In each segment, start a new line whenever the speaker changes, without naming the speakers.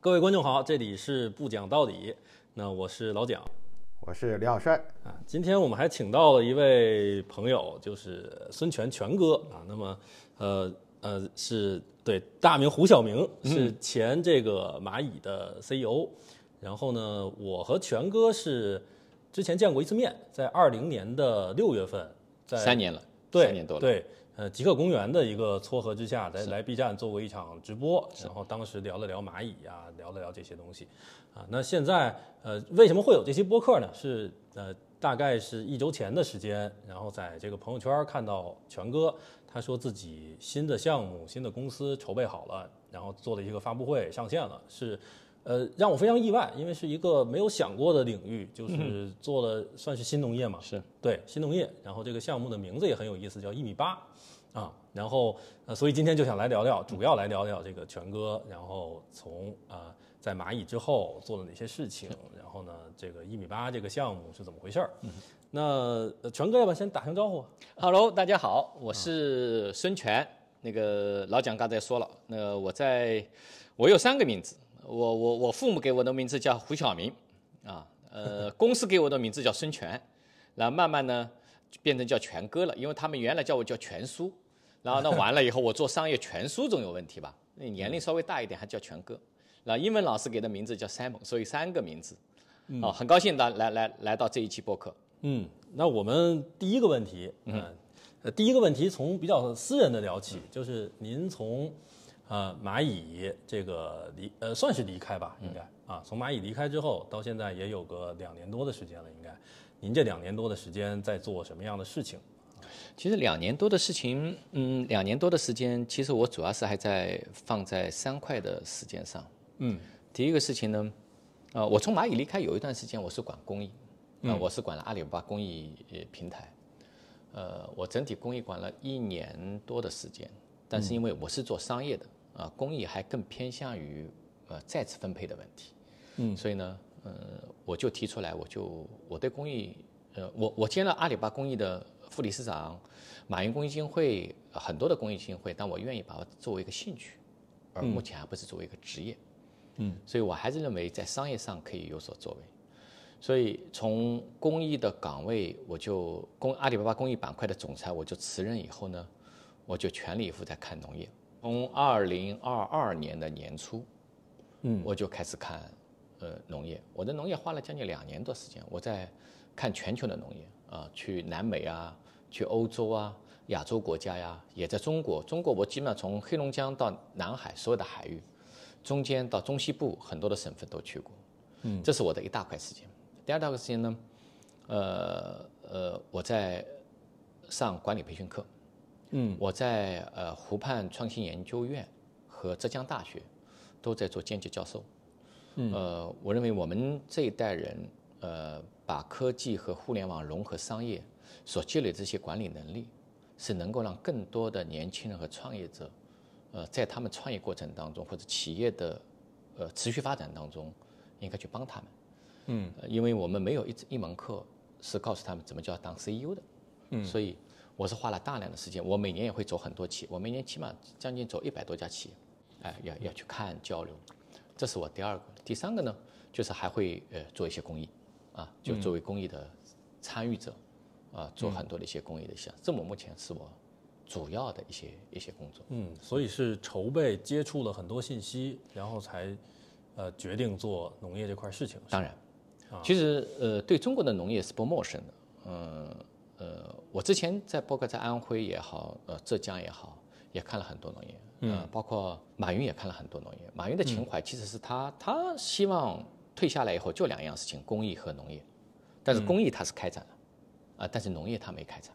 各位观众好，这里是不讲道理，那我是老蒋
我是李小帅，
啊。今天我们还请到了一位朋友，就是孙权权哥啊。那么，呃呃，是对大名胡晓明，是前这个蚂蚁的 CEO。然后呢，我和权哥是之前见过一次面，在二零年的六月份，在
三年了，
对
三年多了。
对，呃，极客公园的一个撮合之下，来来 B 站做过一场直播，然后当时聊了聊蚂蚁啊，聊了聊这些东西，啊，那现在呃，为什么会有这期播客呢？是呃，大概是一周前的时间，然后在这个朋友圈看到权哥，他说自己新的项目、新的公司筹备好了，然后做了一个发布会上线了，是。呃，让我非常意外，因为是一个没有想过的领域，就是做了算是新农业嘛，
是
对新农业，然后这个项目的名字也很有意思，叫一米八啊。然后呃，所以今天就想来聊聊，主要来聊聊这个权哥，然后从啊、呃在蚂蚁之后做了哪些事情，然后呢这个一米八这个项目是怎么回事儿？那呃权哥要不要先打声招呼啊？
Hello，大家好，我是孙权。那个老蒋刚才说了，那个我在，我有三个名字，我我我父母给我的名字叫胡晓明，啊，呃，公司给我的名字叫孙权，然后慢慢呢就变成叫权哥了，因为他们原来叫我叫权叔，然后呢完了以后我做商业权叔总有问题吧？那年龄稍微大一点还叫权哥，然后英文老师给的名字叫 Simon，所以三个名字，啊，很高兴的来来来到这一期播客。
嗯，那我们第一个问题，嗯，呃，第一个问题从比较私人的聊起，就是您从呃蚂蚁这个离呃算是离开吧，应该、啊，从蚂蚁离开之后到现在也有个两年多的时间了，应该。您这两年多的时间在做什么样的事情？
其实两年多的事情，嗯，两年多的时间，其实我主要是还在放在三块的时间上。
嗯，
第一个事情呢，呃，我从蚂蚁离开有一段时间，我是管公益，啊、我是管了阿里巴巴公益呃平台，呃，我整体公益管了一年多的时间，但是因为我是做商业的，啊、公益还更偏向于呃再次分配的问题，嗯，所以呢，呃，我就提出来，我就我对公益，呃，我我兼了阿里巴巴公益的副理事长，马云公益基金会呃很多的公益基金会，但我愿意把它作为一个兴趣，而目前还不是作为一个职业，嗯，所以我还是认为在商业上可以有所作为。所以从公益的岗位，我就公阿里巴巴公益板块的总裁，我就辞任以后呢，我就全力以赴在看农业。从二零二二年的年初，
嗯，
我就开始看呃农业。我的农业花了将近两年多时间，我在看全球的农业啊、去南美啊，去欧洲啊，亚洲国家呀，也在中国。中国我基本上从黑龙江到南海所有的海域，中间到中西部很多的省份都去过。嗯，这是我的一大块时间。第二大块时间呢，呃呃，我在上管理培训课，
嗯，
我在呃湖畔创新研究院和浙江大学都在做兼职教授。嗯，呃，我认为我们这一代人，呃，把科技和互联网融合商业所积累的这些管理能力，是能够让更多的年轻人和创业者，呃，在他们创业过程当中或者企业的呃持续发展当中，应该去帮他们。呃因为我们没有一一门课是告诉他们怎么叫当 CEO 的，嗯，所以我是花了大量的时间，我每年也会走很多企业，我每年起码将近走一百多家企业，哎、要要去看交流，这是我第二个，第三个呢，就是还会呃做一些公益，啊，就作为公益的参与者，啊，做很多的一些公益的项，这么目前是我主要的一些一些工作。
嗯，所以是筹备接触了很多信息，然后才呃决定做农业这块事情。
当然，其实呃，对中国的农业是不陌生的。嗯呃我之前在包括在安徽也好，呃，浙江也好，也看了很多农业。嗯，包括马云也看了很多农业。马云的情怀其实是他，他希望退下来以后就两样事情：公益和农业。但是公益他是开展了，啊、但是农业他没开展。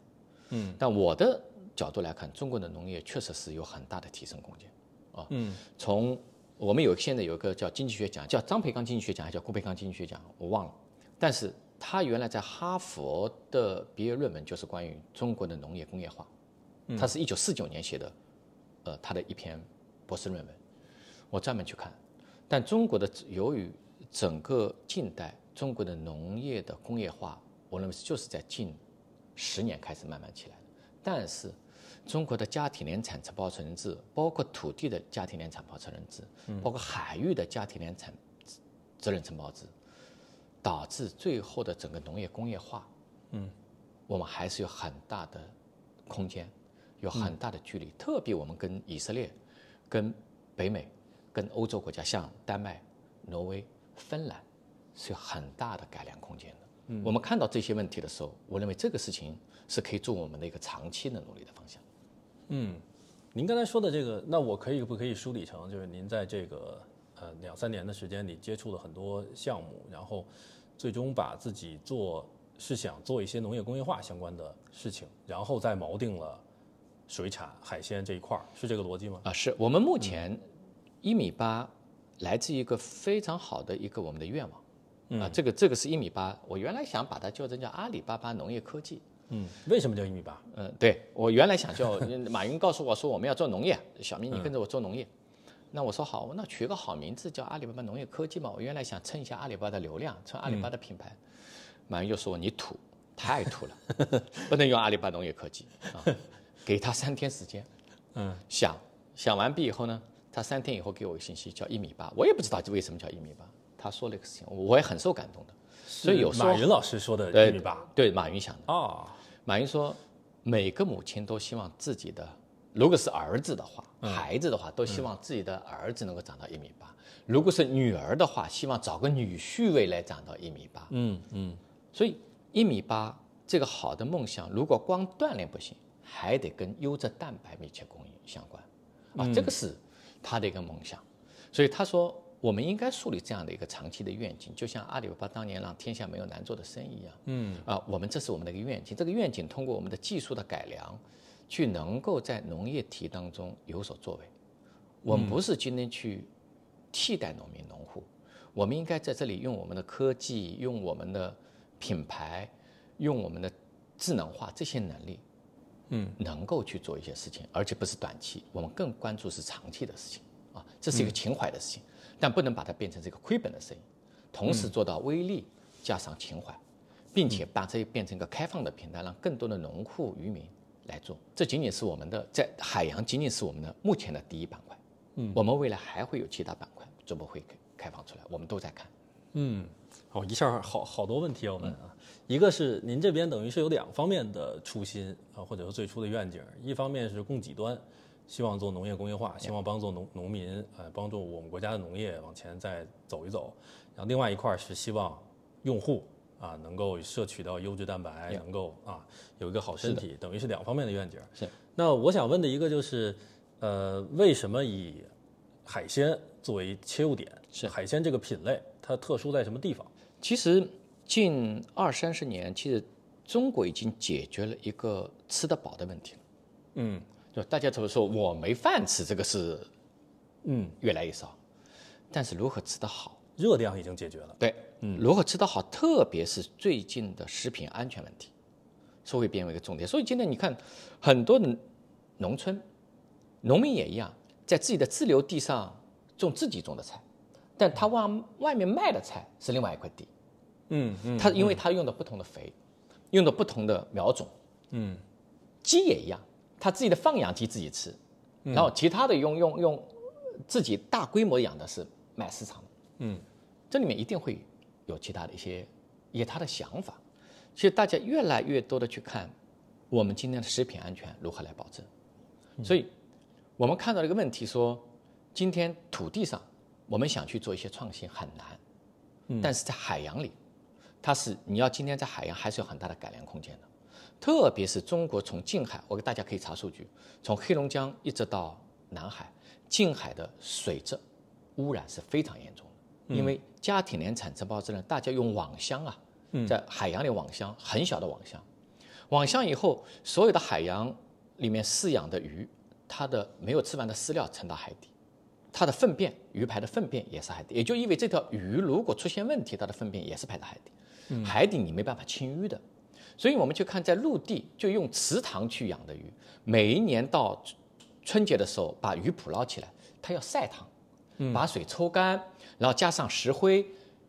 嗯，但我的角度来看，中国的农业确实是有很大的提升空间。啊，嗯，从我们有现在有一个叫经济学奖，叫张培刚经济学奖，还叫顾培刚经济学奖，我忘了。但是他原来在哈佛的毕业论文就是关于中国的农业工业化，他是一九四九年写的，呃，他的一篇博士论文，我专门去看。但中国的由于整个近代中国的农业的工业化，我认为就是在近十年开始慢慢起来的，但是中国的家庭联产承包责任制，包括土地的家庭联产包责任制，包括海域的家庭联产责任承包制，导致最后的整个农业工业化，
嗯，
我们还是有很大的空间，有很大的距离。特别我们跟以色列、跟北美、跟欧洲国家，像丹麦、挪威、芬兰，是有很大的改良空间的。嗯、我们看到这些问题的时候，我认为这个事情是可以做我们的一个长期的努力的方向。
嗯，您刚才说的这个，那我可以不可以梳理成，就是您在这个呃两三年的时间里接触了很多项目，然后最终把自己做是想做一些农业工业化相关的事情，然后再锚定了水产、海鲜这一块儿，是这个逻辑吗？
啊，是我们目前一米八来自一个非常好的一个我们的愿望。啊，这个这个是一米八，我原来想把它叫成叫阿里巴巴农业科技。
嗯，为什么叫一米八？
嗯，对我原来想叫嗯马云告诉我说我们要做农业，小明你跟着我做农业。那我说好，那取个好名字叫阿里巴巴农业科技嘛。我原来想蹭一下阿里巴巴的流量，蹭阿里巴巴的品牌。马云就说你土，太土了，不能用阿里巴巴农业科技啊。给他三天时间，
嗯，
想想完毕以后呢，他三天以后给我一个信息叫一米八，我也不知道为什么叫一米八。他说了一个事情，我也很受感动的。所以有时候
马云老师说的
对
一米八
对马云想的，
哦，
马云说，每个母亲都希望自己的，如果是儿子的话，
嗯
孩子的话，都希望自己的儿子能够长到一米八；如果是女儿的话，希望找个女婿未来长到一米八。
嗯嗯
所以一米八这个好的梦想，如果光锻炼不行，还得跟优质蛋白密切供应相关
嗯
啊，这个是他的一个梦想。所以他说，我们应该树立这样的一个长期的愿景，就像阿里巴巴当年让天下没有难做的生意一样。
嗯
啊，我们这是我们的一个愿景，这个愿景通过我们的技术的改良，去能够在农业体当中有所作为。我们不是今天去替代农民农户，我们应该在这里用我们的科技、用我们的品牌、用我们的智能化这些能力，
嗯，
能够去做一些事情，而且不是短期，我们更关注是长期的事情啊，这是一个情怀的事情，但不能把它变成这个亏本的生意，同时做到微利加上情怀，并且把这变成一个开放的平台，让更多的农户渔民来做。这仅仅是我们的在海洋，仅仅是我们的目前的第一板块，嗯，我们未来还会有其他板块准备会开放出来，我们都在看。
嗯，哦，一下儿好好多问题要问
嗯
啊。一个是您这边等于是有两方面的初心啊，或者说最初的愿景，一方面是供给端，希望做农业工业化，希望帮助农农民，呃，帮助我们国家的农业往前再走一走。然后另外一块儿是希望用户啊能够摄取到优质蛋白，能够啊有一个好身体，等于是两方面的愿景。
是。
那我想问的一个就是，呃，为什么以海鲜作为切入点？
是
海鲜这个品类它特殊在什么地方？
其实近二三十年，其实中国已经解决了一个吃得饱的问题了。
嗯
就大家都说我没饭吃，这个是
嗯，
越来越少，但是如何吃得好？
热量已经解决了。
对，嗯，如何吃得好，特别是最近的食品安全问题，是会变为一个重点。所以今天你看，很多的农村农民也一样，在自己的自留地上种自己种的菜，但他往外面卖的菜是另外一块地。
嗯嗯
它因为它用的不同的肥，用的不同的苗种，
嗯
鸡也一样，它自己的放养鸡自己吃，
嗯
然后其他的用用用自己大规模养的是卖市场的，
嗯
这里面一定会有其他的一些一些他的想法。其实大家越来越多的去看我们今天的食品安全如何来保证，
嗯
所以我们看到了一个问题说，今天土地上我们想去做一些创新很难，
嗯
但是在海洋里，它是你要今天在海洋还是有很大的改良空间的，特别是中国从近海，我给大家可以查数据，从黑龙江一直到南海，近海的水质污染是非常严重的，因为家庭联产承包责任，大家用网箱啊，在海洋里网箱很小的网箱，网箱以后所有的海洋里面饲养的鱼，它的没有吃完的饲料沉到海底。它的粪便，鱼排的粪便也是海底，也就意味这条鱼如果出现问题，它的粪便也是排到海底。海底你没办法清淤的，所以我们就看在陆地就用池塘去养的鱼，每一年到春节的时候把鱼捕捞起来，它要晒糖，把水抽干，然后加上石灰，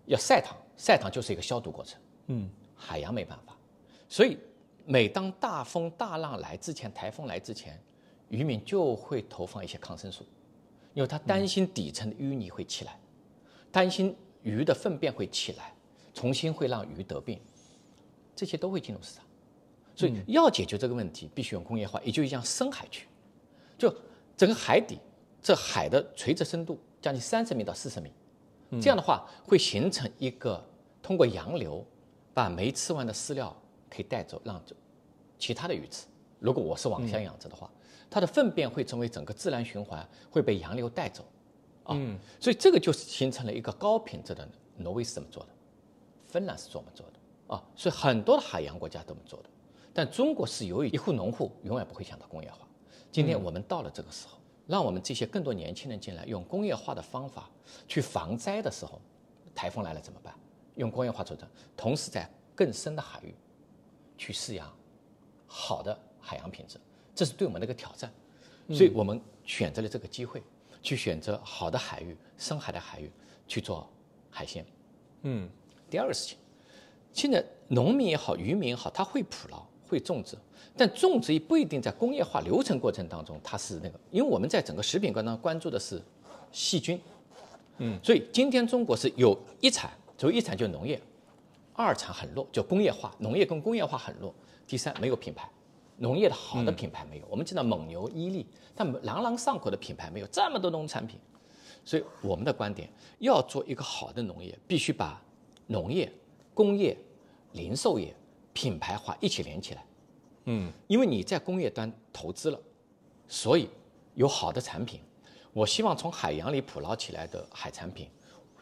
要晒糖，晒糖就是一个消毒过程。
嗯
海洋没办法，所以每当大风大浪来之前，台风来之前，渔民就会投放一些抗生素，因为他担心底层的淤泥会起来，担心鱼的粪便会起来，重新会让鱼得病，这些都会进入市场。所以要解决这个问题，必须用工业化，也就是像深海区，就整个海底，这海的垂直深度将近三十米到四十米，这样的话会形成一个通过洋流把没吃完的饲料可以带走，让其他的鱼吃。如果我是网箱养殖的话，它的粪便会成为整个自然循环，会被洋流带走，啊，所以这个就形成了一个高品质的挪威是这么做的，芬兰是这么做的啊，所以很多的海洋国家这么做的。但中国是由于一户农户永远不会想到工业化。今天我们到了这个时候，让我们这些更多年轻人进来，用工业化的方法去防灾的时候，台风来了怎么办？用工业化做的，同时在更深的海域去饲养好的海洋品质，这是对我们的一个挑战。所以我们选择了这个机会，去选择好的海域、深海的海域去做海鲜。
嗯
第二个事情，现在农民也好，渔民也好，他会捕捞，会种植，但种植也不一定在工业化流程过程当中，它是那个，因为我们在整个食品过程当中关注的是细菌，嗯，所以今天中国是有一产，只有一产就是农业，二产很弱，就工业化，农业跟工业化很弱，第三没有品牌。农业的好的品牌没有，我们见到蒙牛、伊利，但朗朗上口的品牌没有，这么多农产品，所以我们的观点，要做一个好的农业，必须把农业、工业、零售业、品牌化一起连起来。
嗯
因为你在工业端投资了，所以有好的产品。我希望从海洋里捕捞起来的海产品，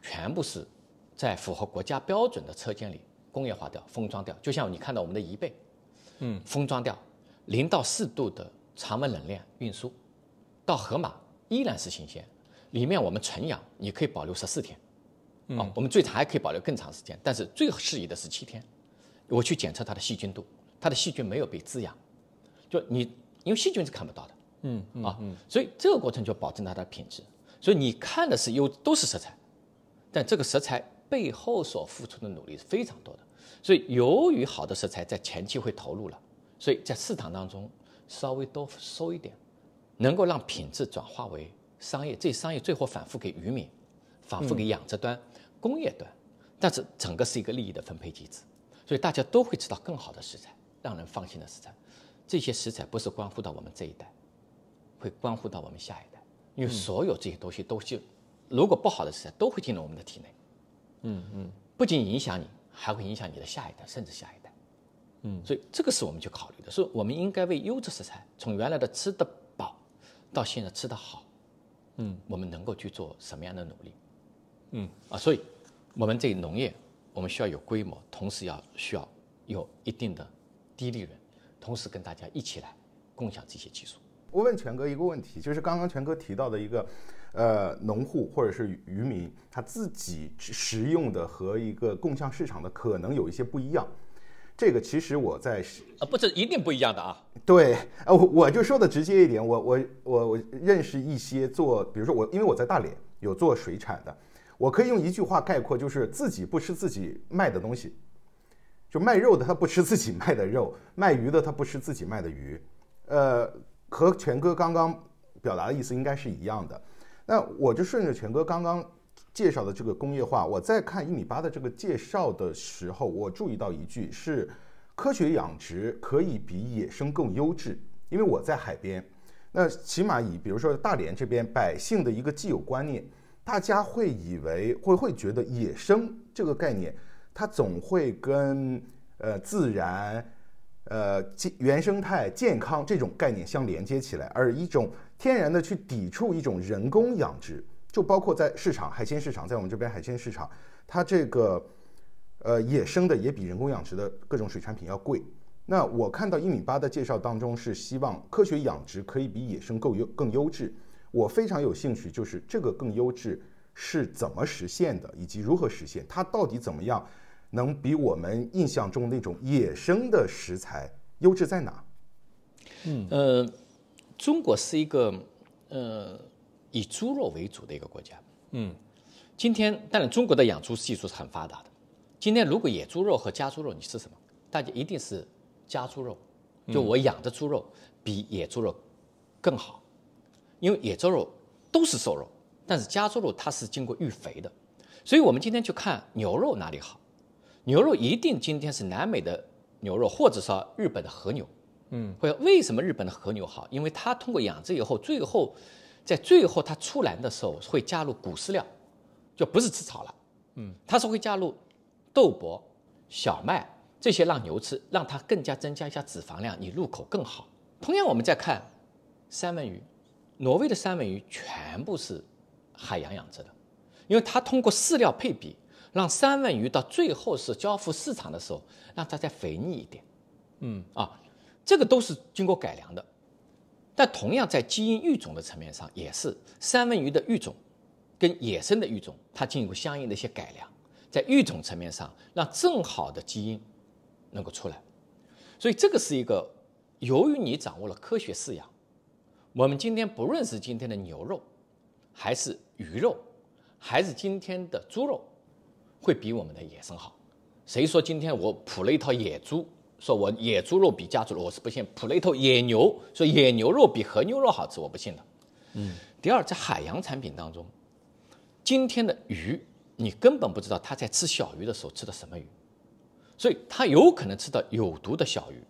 全部是在符合国家标准的车间里工业化掉、封装掉。就像你看到我们的贻贝，
嗯，
封装掉，零到四度的常温冷链运输，到河马依然是新鲜，里面我们纯养，你可以保留十四天。
嗯
啊、我们最长还可以保留更长时间，但是最适宜的是七天。我去检测它的细菌度，它的细菌没有被滋养，就你因为细菌是看不到的，
嗯
啊，所以这个过程就保证它的品质。所以你看的是优都是食材，但这个食材背后所付出的努力是非常多的。所以由于好的食材在前期会投入了，所以在市场当中稍微多收一点，能够让品质转化为商业，这商业最后反复给渔民，反
嗯
复给养殖端、工业端，但是整个是一个利益的分配机制，所以大家都会吃到更好的食材，让人放心的食材。这些食材不是关乎到我们这一代，会关乎到我们下一代，
嗯
因为所有这些东西都是，如果不好的食材都会进入我们的体内，
嗯嗯
不仅影响你，还会影响你的下一代，甚至下一代。嗯，所以这个是我们去考虑的，所以我们应该为优质食材，从原来的吃得饱，到现在吃得好，
嗯，
我们能够去做什么样的努力？
嗯，
啊，所以我们这个农业，我们需要有规模，同时要需要有一定的低利润，同时跟大家一起来共享这些技术。
我问权哥一个问题，就是刚刚权哥提到的一个，呃，农户或者是渔民他自己食用的和一个共享市场的可能有一些不一样。这个其实我在是
啊，不是一定不一样的啊。
对，呃，我我就说的直接一点，我我我我认识一些做，比如说我，因为我在大连有做水产的，我可以用一句话概括，就是自己不吃自己卖的东西，就卖肉的他不吃自己卖的肉，卖鱼的他不吃自己卖的鱼，呃，和权哥刚刚表达的意思应该是一样的。那我就顺着权哥刚刚介绍的这个工业化，我在看一米八的这个介绍的时候，我注意到一句是科学养殖可以比野生更优质，因为我在海边，那起码以比如说大连这边百姓的一个既有观念，大家会以为会会觉得野生这个概念，它总会跟呃自然。呃，健原生态、健康这种概念相连接起来，而一种天然的去抵触一种人工养殖，就包括在市场海鲜市场，在我们这边海鲜市场，它这个呃野生的也比人工养殖的各种水产品要贵。那我看到一米八的介绍当中是希望科学养殖可以比野生更优更优质，我非常有兴趣，就是这个更优质是怎么实现的，以及如何实现，它到底怎么样能比我们印象中那种野生的食材优质在哪？
呃，中国是一个呃以猪肉为主的一个国家。
嗯，
今天当然中国的养猪技术是很发达的。今天如果野猪肉和家猪肉，你吃什么？大家一定是家猪肉，就我养的猪肉比野猪肉更好，因为野猪肉都是瘦肉，但是家猪肉它是经过育肥的，所以我们今天去看牛肉哪里好，牛肉一定今天是南美的牛肉，或者说日本的和牛，嗯，或者为什么日本的和牛好？因为它通过养殖以后，最后在最后它出栏的时候会加入谷饲料，就不是吃草了，嗯，它是会加入豆粕、小麦这些让牛吃，让它更加增加一下脂肪量，你入口更好。同样，我们再看三文鱼，挪威的三文鱼全部是海洋养殖的，因为它通过饲料配比，让三文鱼到最后是交付市场的时候，让它再肥腻一点。嗯，啊，这个都是经过改良的。但同样在基因育种的层面上，也是三文鱼的育种跟野生的育种，它经过相应的一些改良，在育种层面上，让正好的基因能够出来。所以这个是一个，由于你掌握了科学饲养，我们今天不论是今天的牛肉，还是鱼肉，还是今天的猪肉，会比我们的野生好。谁说今天我谱了一套野猪，说我野猪肉比家猪肉，我是不信；谱了一头野牛，说野牛肉比和牛肉好吃，我不信的。嗯。第二，在海洋产品当中，今天的鱼，你根本不知道它在吃小鱼的时候吃的什么鱼，所以它有可能吃到有毒的小鱼。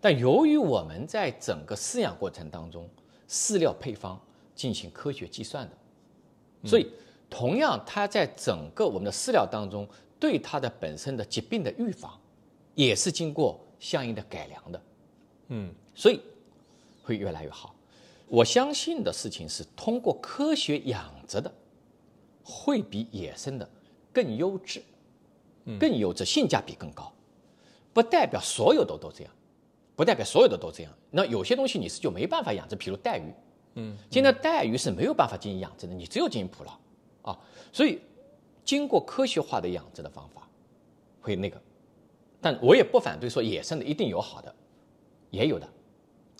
但由于我们在整个饲养过程当中，饲料配方进行科学计算的，所以同样它在整个我们的饲料当中，对它的本身的疾病的预防，也是经过相应的改良的。
嗯，
所以会越来越好。我相信的事情是，通过科学养殖的，会比野生的更优质，更优质，性价比更高。不代表所有的都这样，不代表所有的都这样。那有些东西你是就没办法养殖，比如带鱼。嗯，今天带鱼是没有办法进行养殖的，你只有进行捕捞啊。所以，经过科学化的养殖的方法，会那个。但我也不反对说野生的一定有好的，也有的。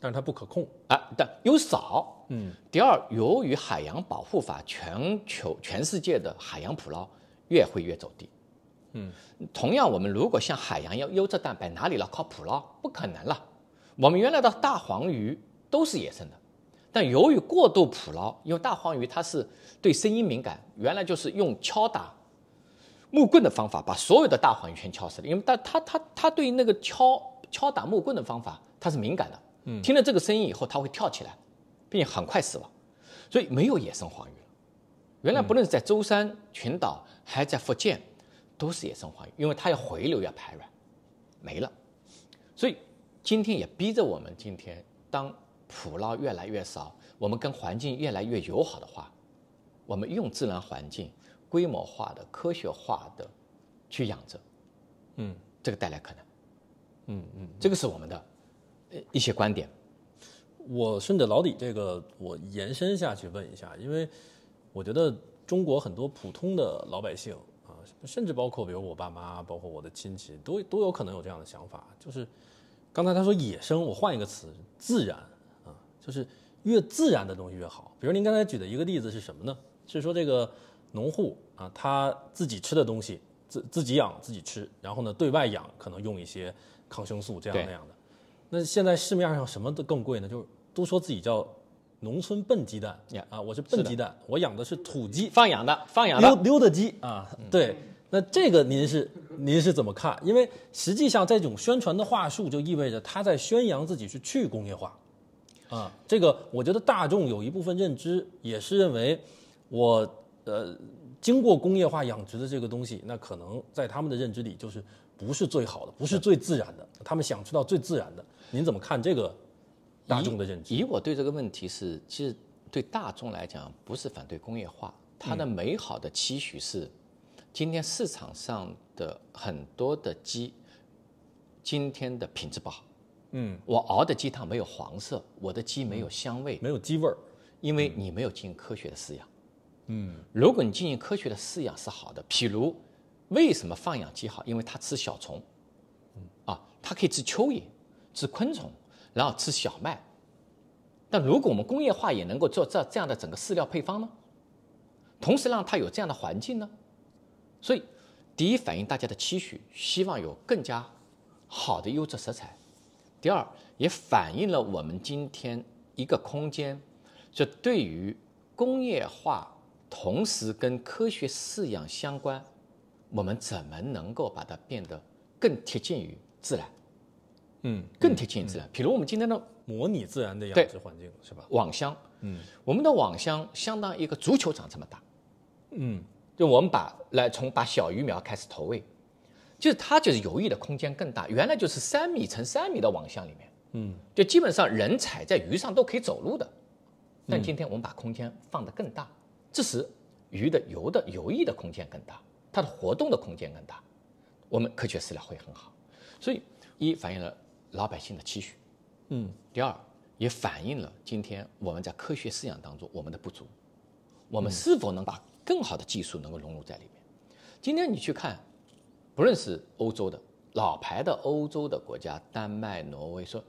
但是它不可控。
啊，但有少。嗯。第二，由于海洋保护法，全球全世界的海洋捕捞越会越走低。嗯。同样，我们如果像海洋要优质蛋白，哪里了？靠捕捞不可能了。我们原来的大黄鱼都是野生的，但由于过度捕捞，因为大黄鱼它是对声音敏感，原来就是用敲打木棍的方法把所有的大黄鱼全敲死了，因为它它它它对那个敲敲打木棍的方法它是敏感的，嗯，听了这个声音以后它会跳起来，并且很快死亡，所以没有野生黄鱼了。原来不论是在舟山群岛还在福建，都是野生黄鱼，因为它要回流要排卵，没了。所以今天也逼着我们，今天当捕捞越来越少，我们跟环境越来越友好的话，我们用自然环境规模化的、科学化的去养殖，
嗯，
这个带来可能，嗯嗯，这个是我们的呃一些观点。
我顺着老李这个，我延伸下去问一下，因为我觉得中国很多普通的老百姓啊，甚至包括比如我爸妈，包括我的亲戚，都都有可能有这样的想法，就是刚才他说野生，我换一个词，自然啊，就是越自然的东西越好。比如您刚才举的一个例子是什么呢？是说这个农户啊，他自己吃的东西，自自己养自己吃，然后呢对外养可能用一些抗生素这样
对
那样的。那现在市面上什么都更贵呢？就是都说自己叫农村笨鸡蛋
呀
啊，我是笨
是的
鸡蛋，我养的是土鸡，
放养的，放 养
溜
的，
溜达鸡啊，对。那这个您是您是怎么看？因为实际上这种宣传的话术就意味着他在宣扬自己是去工业化，啊，这个我觉得大众有一部分认知也是认为我呃经过工业化养殖的这个东西，那可能在他们的认知里就是不是最好的，不是最自然的，他们想吃到最自然的。您怎么看这个大众的认知？
以我对这个问题是，其实对大众来讲，不是反对工业化，它的美好的期许是，今天市场上的很多的鸡，今天的品质不好。
嗯，
我熬的鸡汤没有黄色，我的鸡没有香味，
没有鸡味儿，
因为你没有进行科学的饲养。嗯，如果你进行科学的饲养是好的，譬如为什么放养鸡好？因为它吃小虫，啊，它可以吃蚯蚓、吃昆虫，然后吃小麦。但如果我们工业化也能够做这这样的整个饲料配方呢，同时让它有这样的环境呢，所以第一反映大家的期许，希望有更加好的优质食材。第二，也反映了我们今天一个空间，就对于工业化，同时跟科学饲养相关，我们怎么能够把它变得更贴近于自然，
嗯，
更贴近于自然？比如我们今天的
模拟自然的
对
养殖环境是吧？
网箱，
嗯，
我们的网箱相当于一个足球场这么大，
嗯，
就我们把来从把小鱼苗开始投喂，就是它就是游弋的空间更大，原来就是三米乘三米的网箱里面，
嗯，
就基本上人踩在鱼上都可以走路的，但今天我们把空间放得更大，这时鱼的游的游弋的空间更大，它的活动的空间更大，我们科学饲料会很好，所以一反映了老百姓的期许，
嗯，
第二也反映了今天我们在科学饲养当中我们的不足，我们是否能把更好的技术能够融入在里面？今天你去看，不论是欧洲的老牌的欧洲的国家，丹麦、挪威，说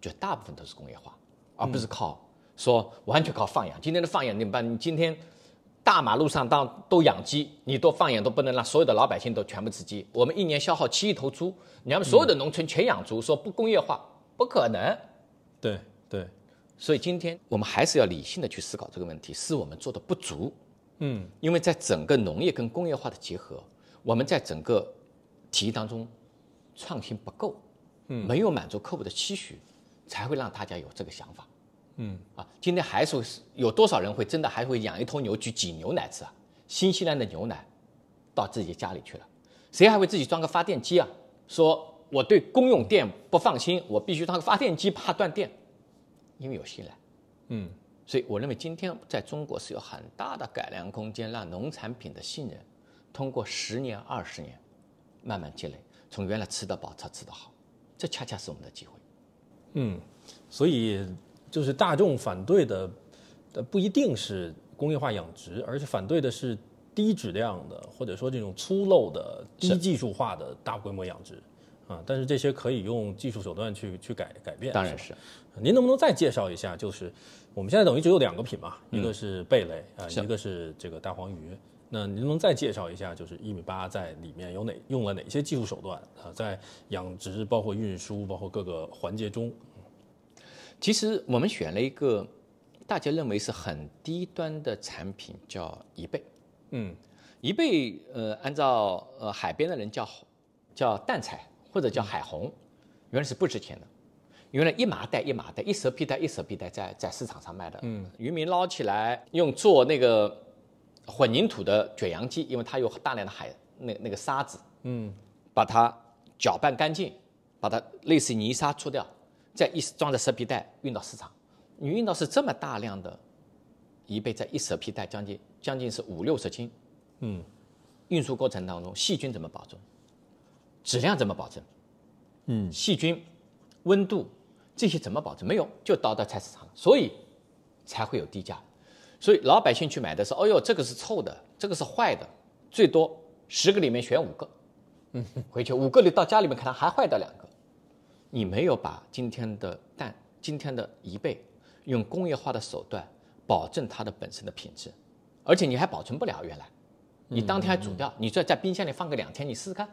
绝大部分都是工业化，而不是靠说完全靠放养。今天的放养，你把你今天大马路上当都养鸡，你都放养都不能让所有的老百姓都全部吃鸡。我们一年消耗七亿头猪，你要么所有的农村全养猪，说不工业化，不可能。
对对，
所以今天我们还是要理性的去思考这个问题，是我们做的不足。
嗯
因为在整个农业跟工业化的结合，我们在整个体育当中创新不够，嗯，没有满足客户的期许，才会让大家有这个想法
嗯
啊。今天还是有多少人会真的还会养一头牛去挤牛奶吃啊？新西兰的牛奶到自己家里去了，谁还会自己装个发电机啊？说我对公用电不放心，我必须装个发电机怕断电，因为有信赖。
嗯
所以我认为今天在中国是有很大的改良空间，让农产品的信任通过十年、二十年慢慢积累，从原来吃得饱，到吃得好，这恰恰是我们的机会。
嗯，所以就是大众反对的，呃，不一定是工业化养殖，而是反对的是低质量的，或者说这种粗陋的、低技术化的大规模养殖啊。但是这些可以用技术手段去去改改变。
当然
吧
是，
您能不能再介绍一下？就是我们现在等于只有两个品嘛，一个是贝类啊、
嗯是
一个是这个大黄鱼。那您能再介绍一下，就是一米八在里面有哪用了哪些技术手段啊、在养殖、包括运输、包括各个环节中，
其实我们选了一个大家认为是很低端的产品，叫贻贝。
嗯
贻贝，呃，按照呃海边的人叫叫淡彩或者叫海虹，原来是不值钱的。原来一麻袋一麻袋，一蛇皮袋一蛇皮袋在在市场上卖的，嗯，渔民捞起来用做那个混凝土的卷扬机，因为它有大量的海那那个沙子，
嗯
把它搅拌干净，把它类似泥沙搓掉，再一装在蛇皮袋运到市场。你运到是这么大量的贻贝，在一蛇皮袋将近将近是五六十斤，
嗯
运输过程当中，细菌怎么保证？质量怎么保证？
嗯，
细菌、温度这些怎么保证？没有，就倒到菜市场了，所以才会有低价。所以老百姓去买的时候，哦呦，这个是臭的，这个是坏的，最多十个里面选五个，嗯，回去五个里到家里面可能还坏掉两个。你没有把今天的蛋、今天的贻贝用工业化的手段保证它的本身的品质，而且你还保存不了原来，你当天还煮掉，你再在冰箱里放个两天，你试试看，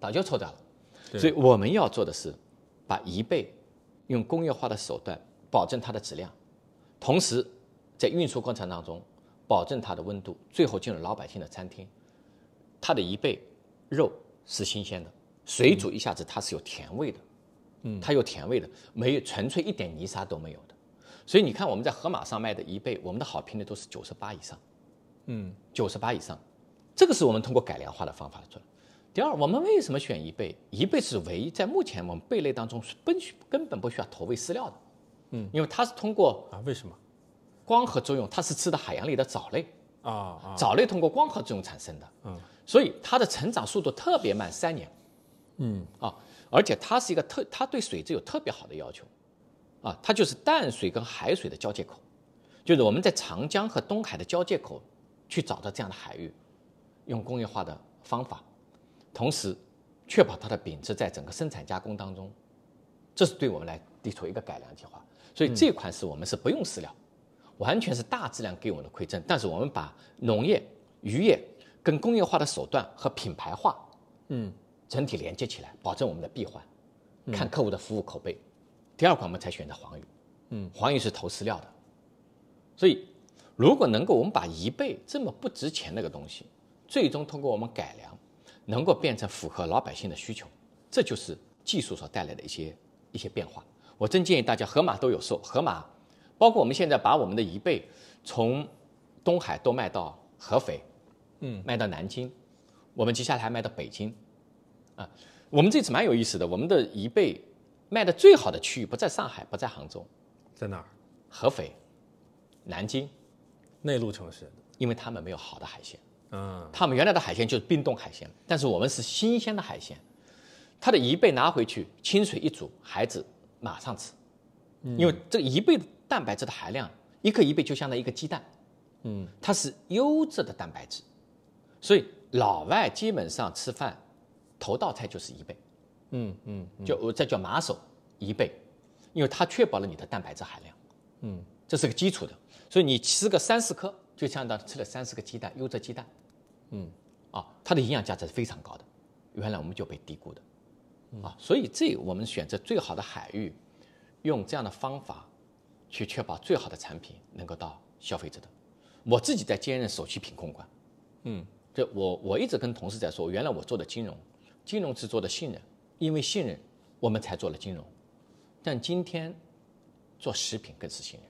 早就臭掉了。
对
所以我们要做的是，把贻贝用工业化的手段保证它的质量，同时在运输过程当中保证它的温度，最后进入老百姓的餐厅。它的贻贝肉是新鲜的，水煮一下子它是有甜味的，嗯，它有甜味的，没有纯粹一点泥沙都没有的。所以你看我们在盒马上卖的贻贝，我们的好评率都是九十八以上。
嗯
九十八以上，这个是我们通过改良化的方法做的。第二，我们为什么选贻贝？贻贝是唯一在目前我们贝类当中是根根本不需要投喂饲料的，嗯，因为它是通过
啊，为什么
光合作用，它是吃的海洋里的藻类，
啊啊？
藻类通过光合作用产生的，
嗯，
所以它的成长速度特别慢，三年，
嗯
啊，而且它是一个特，它对水质有特别好的要求，啊，它就是淡水跟海水的交界口，就是我们在长江和东海的交界口去找到这样的海域，用工业化的方法，同时确保它的品质在整个生产加工当中，这是对我们来提出一个改良计划，所以
嗯
这款是我们是不用饲料。完全是大质量给我们的馈赠，但是我们把农业、渔业跟工业化的手段和品牌化
嗯
整体连接起来，保证我们的闭环，看客户的服务口碑，第二款我们才选择黄鱼。嗯，黄鱼是投饲料的，所以如果能够我们把贻贝这么不值钱的一个东西，最终通过我们改良，能够变成符合老百姓的需求，这就是技术所带来的一些一些变化。我真建议大家，河马都有售，河马包括我们现在把我们的贻贝从东海都卖到合肥，嗯，卖到南京，我们接下来还卖到北京，啊，我们这次蛮有意思的，我们的贻贝卖的最好的区域不在上海，不在杭州，
在哪儿？
合肥、南京，
内陆城市。
因为他们没有好的海鲜，
嗯，
他们原来的海鲜就是冰冻海鲜，但是我们是新鲜的海鲜，它的贻贝拿回去，清水一煮，孩子马上吃，
嗯
因为这个贻贝的蛋白质的含量，一个贻贝就相当于一个鸡蛋，嗯，它是优质的蛋白质，所以老外基本上吃饭，头道菜就是贻贝，
嗯嗯，
就我这叫马首贻贝，因为它确保了你的蛋白质含量，嗯，这是个基础的，所以你吃个三四颗，就相当于吃了三四个鸡蛋，优质鸡蛋，嗯，啊，它的营养价值是非常高的，原来我们就被低估的，啊，所以这我们选择最好的海域，用这样的方法去确保最好的产品能够到消费者的。我自己在兼任首席品控官，就我我一直跟同事在说，原来我做的金融，金融是做的信任，因为信任我们才做了金融，但今天做食品更是信任，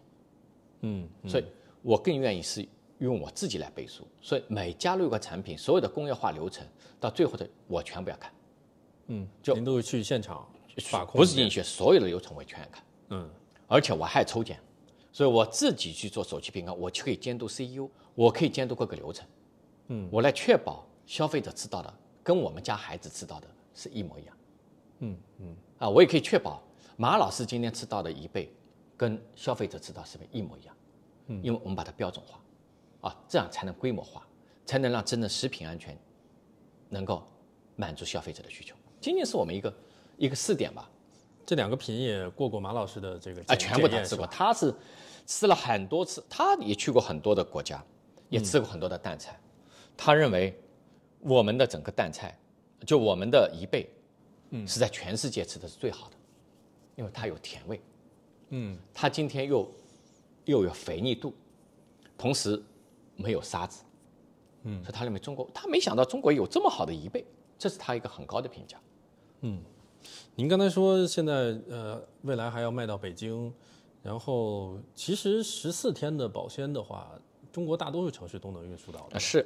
嗯，所以我更愿意是用我自己来背书，所以每加入一个产品，所有的工业化流程到最后的我全部要看，就
您都会去现场把控，
不是进去所有的流程我全要看，
嗯，
而且我还抽检，所以我自己去做首席品控，我就可以监督 CEO，我可以监督各个流程，嗯，我来确保消费者吃到的跟我们家孩子吃到的是一模一样，嗯嗯，啊，我也可以确保马老师今天吃到的一倍跟消费者吃到是不是一模一样，嗯，因为我们把它标准化，啊，这样才能规模化，才能让真正食品安全能够满足消费者的需求。今年是我们一个一个试点吧，
这两个品也过过马老师的这个
啊，
检
全部
检
他
验
吃过，
是吧
他是吃了很多次，他也去过很多的国家，也吃过很多的淡菜，他认为我们的整个淡菜，就我们的贻贝，嗯，是在全世界吃的是最好的，因为它有甜味，嗯，它今天又又有肥腻度，同时没有沙子，嗯，所以他认为中国，他没想到中国有这么好的贻贝，这是他一个很高的评价。
您刚才说现在呃，未来还要卖到北京，然后其实十四天的保鲜的话，中国大多数城市都能运输到的
啊，。是，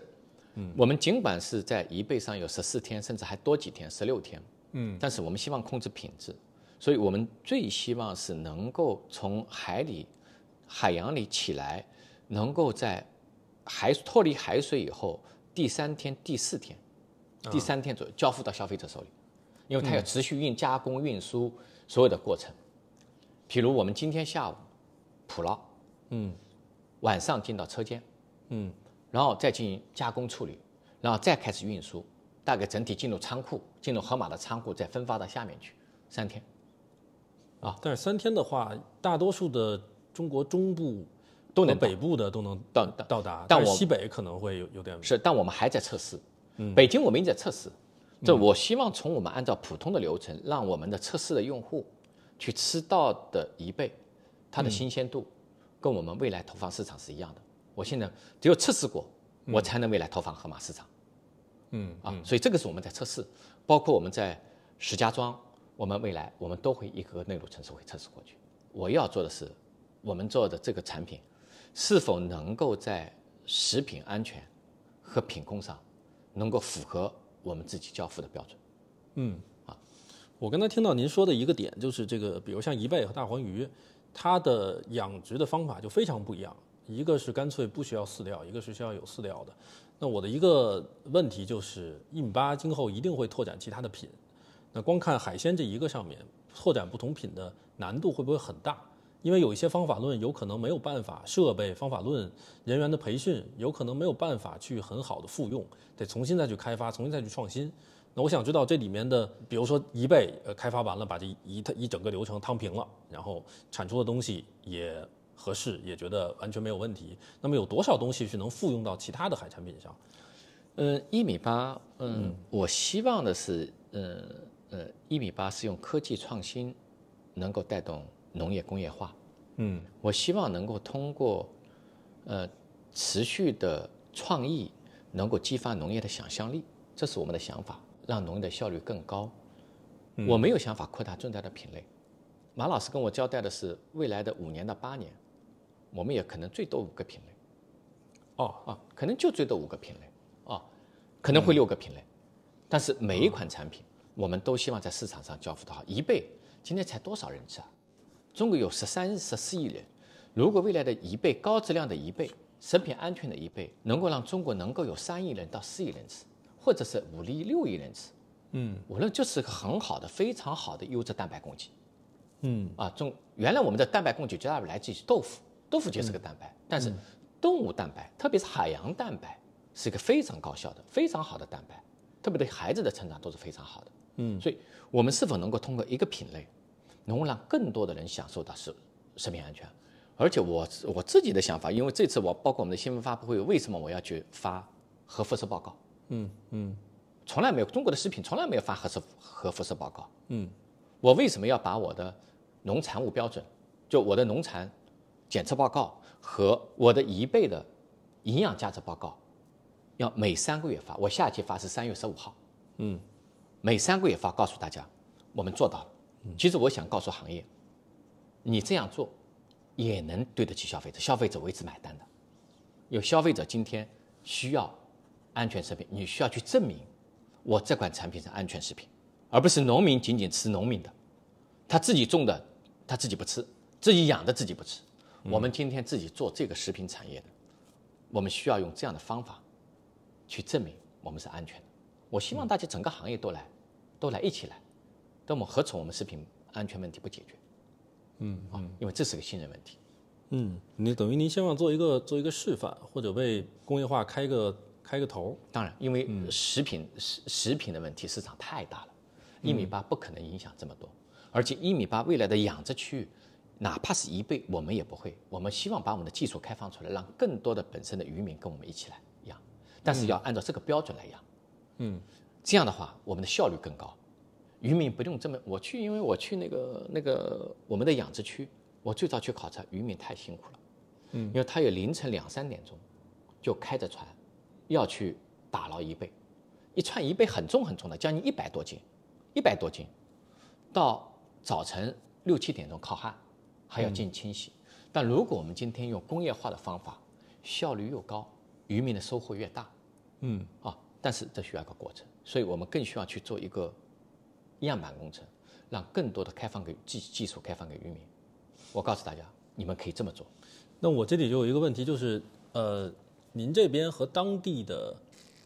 嗯，我们尽管是在贻贝上有十四天，甚至还多几天，十六天，嗯，但是我们希望控制品质，所以我们最希望是能够从海里、海洋里起来，能够在海脱离海水以后，第三天、第四天，第三天左右交付到消费者手里，因为它有持续运加工、运输所有的过程。譬如我们今天下午捕捞，嗯，晚上进到车间，然后再进行加工处理，然后再开始运输，大概整体进入仓库，进入盒马的仓库，再分发到下面去，三天。
但是三天的话，大多数的中国中部
都能
和哦北部的都能
到到
到达，
但
是
我
西北可能会有有点
是，但我们还在测试。北京我们也在测试。这我希望从我们按照普通的流程，让我们的测试的用户去吃到的贻贝，它的新鲜度跟我们未来投放市场是一样的。我现在只有测试过，我才能未来投放河马市场。嗯啊，所以这个是我们在测试，包括我们在石家庄，我们未来我们都会一个个内陆城市会测试过去。我要做的是，我们做的这个产品是否能够在食品安全和品控上能够符合我们自己交付的标准。
我刚才听到您说的一个点，就是这个，比如像贻贝和大黄鱼，它的养殖的方法就非常不一样。一个是干脆不需要饲料，一个是需要有饲料的。那我的一个问题就是，一米八今后一定会拓展其他的品，那光看海鲜这一个上面，拓展不同品的难度会不会很大？因为有一些方法论有可能没有办法，设备、方法论、人员的培训有可能没有办法去很好的复用，得重新再去开发，重新再去创新。那我想知道这里面的，比如说贻贝，呃，开发完了，把这一一整个流程趟平了，然后产出的东西也合适，也觉得完全没有问题。那么有多少东西是能复用到其他的海产品上？
嗯，一米八，嗯嗯，我希望的是，呃呃，一米八是用科技创新能够带动农业工业化。
嗯
我希望能够通过呃持续的创意，能够激发农业的想象力，这是我们的想法，让农业的效率更高。我没有想法扩大重要的品类。马老师跟我交代的是，未来的五年到八年，我们也可能最多五个品类。
哦
啊，可能就最多五个品类啊，可能会六个品类，但是每一款产品，我们都希望在市场上交付的好一倍。今天才多少人吃啊？中国有十三、十四亿人，如果未来的一倍，高质量的一倍，食品安全的一倍，能够让中国能够有三亿人到四亿人吃，或者是五亿、六亿人吃，
嗯，
我认为就是个很好的、非常好的优质蛋白供给。
嗯
啊，中原来我们的蛋白供给绝大部分来自于豆腐，豆腐就是个
嗯
蛋白，但是动物蛋白，特别是海洋蛋白，是一个非常高效的、非常好的蛋白，特别对孩子的成长都是非常好的。
嗯，
所以我们是否能够通过一个品类，能够让更多的人享受到食食品安全？而且我我自己的想法，因为这次我包括我们的新闻发布会，为什么我要去发核辐射报告？
嗯嗯
从来没有中国的食品从来没有发核辐核辐射报告。
嗯，
我为什么要把我的农产物标准，就我的农产检测报告和我的一倍的营养价值报告，要每三个月发？我下一期发是三月十五号，
嗯，
每三个月发，告诉大家我们做到了。其实我想告诉行业，你这样做也能对得起消费者，消费者为之买单的。有消费者今天需要安全食品，你需要去证明我这款产品是安全食品，而不是农民仅仅吃农民的，他自己种的他自己不吃，自己养的自己不吃。我们今天自己做这个食品产业的，我们需要用这样的方法去证明我们是安全的。我希望大家整个行业都来，都来一起来，等我们合成我们食品安全问题不解决，嗯啊，因为这是个信任问题。
嗯，你等于您希望做一个做一个示范，或者为工业化开个开个头。
当然，因为食品食、食品的问题市场太大了，一米八不可能影响这么多，而且一米八未来的养殖区域，哪怕是一倍，我们也不会。我们希望把我们的技术开放出来，让更多的本身的渔民跟我们一起来养，但是要按照这个标准来养。
嗯，
这样的话，我们的效率更高，渔民不用这么。我去，因为我去那个那个我们的养殖区，我最早去考察，渔民太辛苦了，嗯，因为他有凌晨两三点钟就开着船要去打捞贻贝，一串贻贝很重很重的，将近一百多斤，一百多斤，到早晨六七点钟靠岸，还要
嗯
进清洗。但如果我们今天用工业化的方法，效率又高，渔民的收获越大，
嗯
啊，但是这需要一个过程，所以我们更需要去做一个样板工程，让更多的开放给技技术开放给渔民。我告诉大家，你们可以这么做。
那我这里就有一个问题，就是呃，您这边和当地的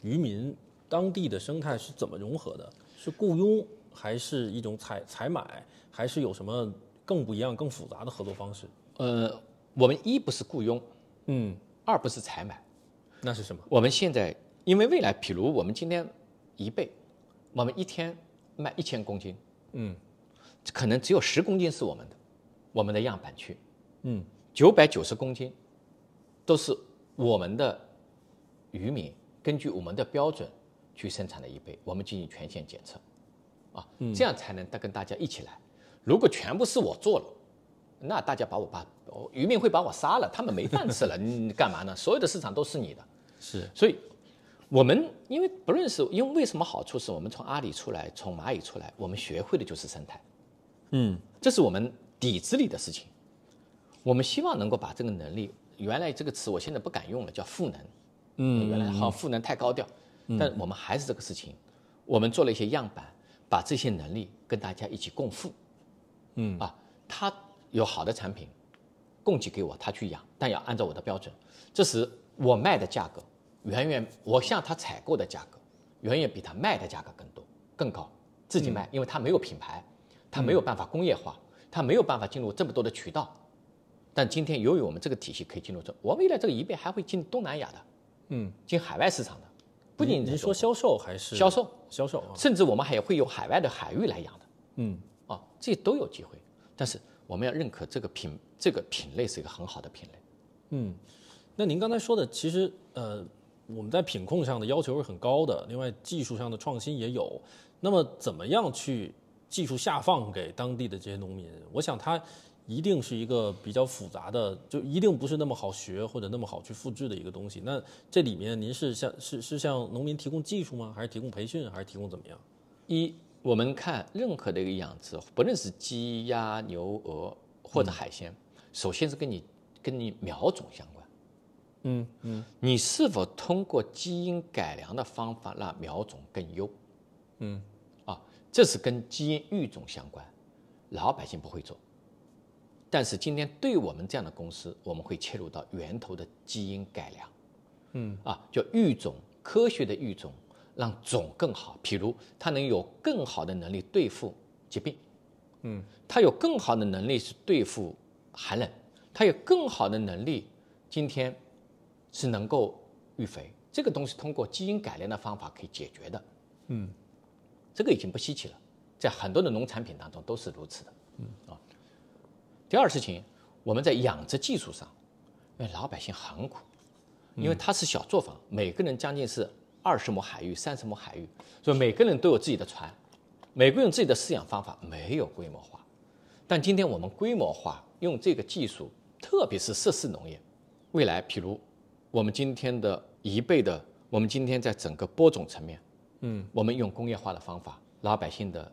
渔民、当地的生态是怎么融合的？是雇佣，还是一种采采买，还是有什么更不一样、更复杂的合作方式？
呃，我们一不是雇佣，
嗯，
二不是采买，
那是什么？
我们现在因为未来，比如我们今天一倍，我们一天卖一千公斤，
嗯
可能只有十公斤是我们的，我们的样板区
嗯
九百九十公斤，都是我们的渔民根据我们的标准去生产的一倍，我们进行全线检测，啊，
嗯
这样才能跟大家一起来。如果全部是我做了，那大家把我把哦渔民会把我杀了，他们没饭 吃了，你干嘛呢？所有的市场都是你的，
是
所以我们因为不认识，因为为什么好处是我们从阿里出来，从蚂蚁出来，我们学会的就是生态，
嗯
这是我们底子里的事情。我们希望能够把这个能力，原来这个词我现在不敢用了，叫赋能。
嗯，
原来好像赋能太高调，但我们还是这个事情，我们做了一些样板，把这些能力跟大家一起共富。
嗯
啊，他有好的产品供给给我，他去养，但要按照我的标准。这时我卖的价格远远，我向他采购的价格远远比他卖的价格更多更高。自己
嗯
卖，因为他没有品牌，他没有办法工业化，他没有办法进入这么多的渠道。但今天由于我们这个体系可以进入这，我未来这个一倍还会进东南亚的，
嗯，
进海外市场的，不仅
您
仅
您说销售还是
销售，
销售啊？
甚至我们还会有海外的海域来养的。
嗯
啊，这都有机会。但是我们要认可这个品，这个品类是一个很好的品类。
嗯，那您刚才说的，其实呃，我们在品控上的要求是很高的，另外技术上的创新也有。那么怎么样去技术下放给当地的这些农民，我想它一定是一个比较复杂的，就一定不是那么好学或者那么好去复制的一个东西。那这里面您是向是是向农民提供技术吗？还是提供培训？还是提供怎么样？
一，我们看任何的一个养殖，不论是鸡、鸭、牛、鹅或
嗯
者海鲜，首先是跟你跟你苗种相关。
嗯嗯
你是否通过基因改良的方法让苗种更优？
嗯
啊，这是跟基因育种相关，老百姓不会做。但是今天对我们这样的公司，我们会切入到源头的基因改良，
嗯
啊，叫育种，科学的育种，让种更好。譬如它能有更好的能力对付疾病，
嗯，
它有更好的能力是对付寒冷，它有更好的能力，今天是能够育肥。这个东西通过基因改良的方法可以解决的。
嗯
这个已经不稀奇了，在很多的农产品当中都是如此的。嗯啊，第二事情，我们在养殖技术上，因为老百姓很苦，因为它是小作坊，每个人将近是二十亩海域、三十亩海域，所以每个人都有自己的船，每个人有自己的饲养方法，没有规模化。但今天我们规模化，用这个技术，特别是设施农业，未来譬如我们今天的一倍的，我们今天在整个播种层面。
嗯
我们用工业化的方法，老百姓的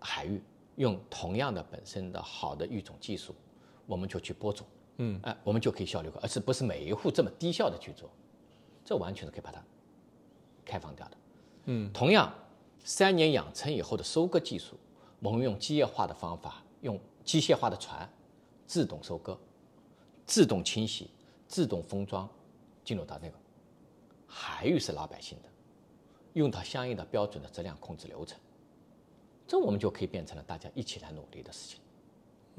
海域用同样的本身的好的育种技术，我们就去播种，
嗯，
哎，我们就可以效率高，而是不是每一户这么低效的去做，这完全是可以把它开放掉的。
嗯，
同样，三年养成以后的收割技术，我们用机械化的方法，用机械化的船，自动收割，自动清洗，自动封装，进入到那个海域是老百姓的。用到相应的标准的质量控制流程，这我们就可以变成了大家一起来努力的事情。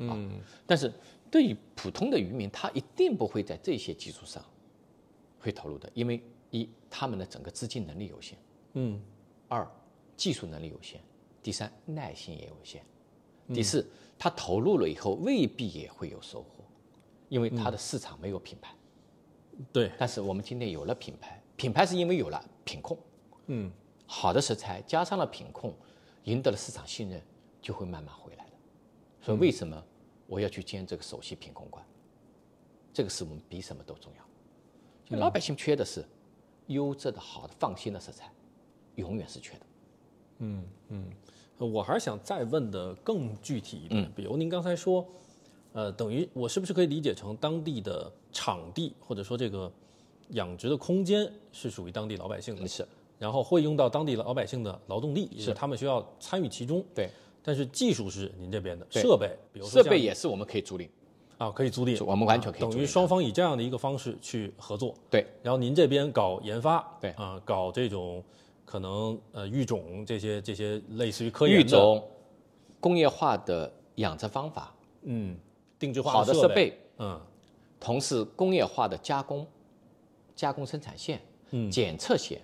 啊
嗯
但是对于普通的渔民，他一定不会在这些基础上会投入的，因为一他们的整个资金能力有限，
嗯
二技术能力有限，第三耐心也有限，第四他投入了以后未必也会有收获，因为他的市场没有品牌。
对
但是我们今天有了品牌，品牌是因为有了品控。
嗯
好的食材加上了品控，赢得了市场信任，就会慢慢回来的。所以为什么我要去兼这个首席品控官？这个是我们比什么都重要。
嗯
就老百姓缺的是优质的、好的、放心的食材，永远是缺的。
嗯嗯，我还是想再问的更具体一
嗯
点，比如您刚才说，呃，等于我是不是可以理解成当地的场地或者说这个养殖的空间是属于当地老百姓的，
是
然后会用到当地老百姓的劳动力，
是
是他们需要参与其中。
对，
但是技术是您这边的
对
设备，比如说
设
像
备也是我们可以租赁，
啊可以租赁
是，我们完全可以租
等于
赁。
双方以这样的一个方式去合作。
对，
然后您这边搞研发，
对
啊、搞这种可能呃育种这些这些类似于科研
育
的
种、工业化的养殖方法、
嗯，定制化
好的设
设，
备，
嗯
同时工业化的加工、加工生产线、
嗯
检测线，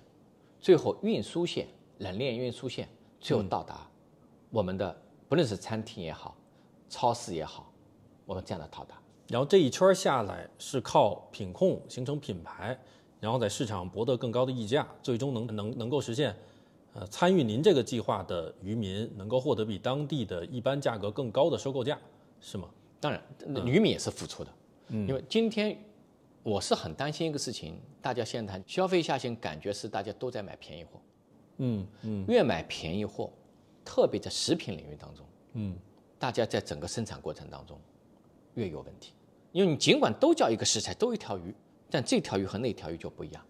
最后运输线、冷链运输线，最后到达我们的、不论是餐厅也好，超市也好，我们这样的到达。
然后这一圈儿下来是靠品控形成品牌，然后在市场博得更高的溢价，最终能能能够实现，呃，参与您这个计划的渔民能够获得比当地的一般价格更高的收购价，是吗？
当然，
嗯
渔民也是付出的，因为今天我是很担心一个事情，大家现在消费下行，感觉是大家都在买便宜货，
嗯嗯
越买便宜货，特别在食品领域当中。
嗯
大家在整个生产过程当中越有问题，因为你尽管都叫一个食材，都一条鱼，但这条鱼和那条鱼就不一样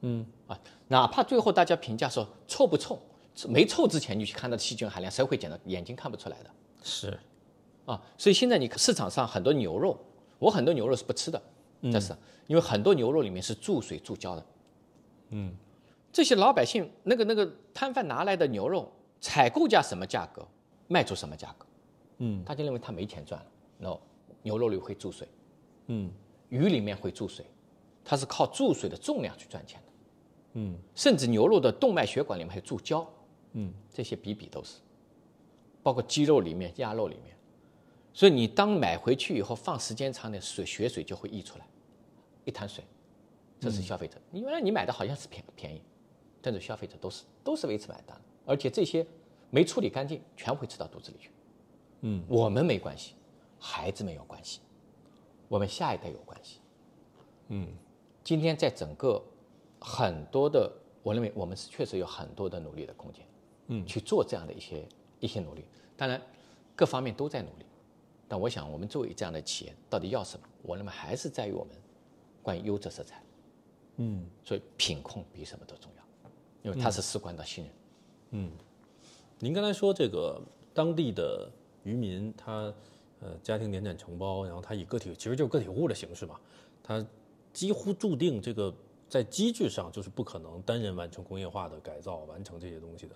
嗯
啊。哪怕最后大家评价说臭不臭，没臭之前你去看它的细菌含量，谁会检到眼睛看不出来的
是，
啊？所以现在你市场上很多牛肉，我很多牛肉是不吃的，但是因为很多牛肉里面是注水注胶的，
嗯
这些老百姓那个那个摊贩拿来的牛肉，采购价什么价格，卖出什么价格，
嗯
大家认为他没钱赚了，no，牛肉里会注水。
嗯
鱼里面会注水，它是靠注水的重量去赚钱的，
嗯
甚至牛肉的动脉血管里面还有注胶，
嗯
这些比比都是，包括鸡肉里面、鸭肉里面。所以你当买回去以后，放时间长点，水血水就会溢出来，一滩水，这是消费者。你原来你买的好像是便便宜，但是消费者都是都是为此买单，而且这些没处理干净，全会吃到肚子里去。
嗯，
我们没关系，孩子们有关系，我们下一代有关系。
嗯，
今天在整个很多的，我认为我们是确实有很多的努力的空间，
嗯
去做这样的一些一些努力。当然，各方面都在努力，但我想我们作为这样的企业，到底要什么？我认为还是在于我们关于优质色彩。
嗯
所以品控比什么都重要，因为它是事关到信任。
嗯。您刚才说这个当地的渔民，他呃家庭联展承包，然后他以个体其实就是个体户的形式嘛，他几乎注定这个在机制上就是不可能单人完成工业化的改造，完成这些东西的。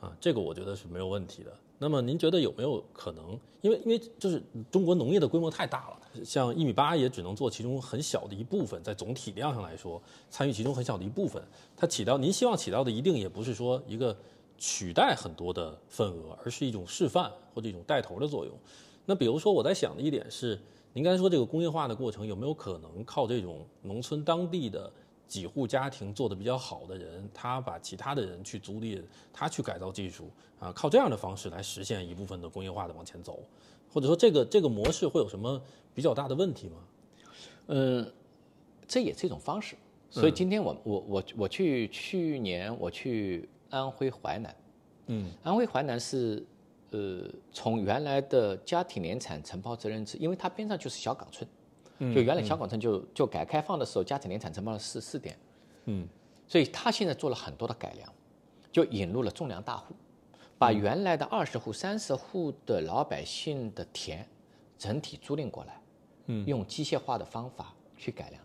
啊，这个我觉得是没有问题的。那么您觉得有没有可能？因为因为就是中国农业的规模太大了，像一米八也只能做其中很小的一部分，在总体量上来说，参与其中很小的一部分。它起到您希望起到的一定也不是说一个取代很多的份额，而是一种示范或者一种带头的作用。那比如说我在想的一点是，您刚才说这个工业化的过程有没有可能靠这种农村当地的几户家庭做的比较好的人，他把其他的人去租赁，他去改造技术啊，靠这样的方式来实现一部分的工业化的往前走，或者说这个这个模式会有什么比较大的问题吗？
嗯，这也是一种方式。
嗯
所以今天我我我我去去年我去安徽淮南，
嗯
安徽淮南是呃从原来的家庭联产承包责任制，因为它边上就是小港村，
嗯
就原来小港村就就改革开放的时候家庭联产承包了四四点，
嗯
所以它现在做了很多的改良，就引入了种粮大户，把原来的二十户、三十户的老百姓的田整体租赁过来，
嗯，
用机械化的方法去改良，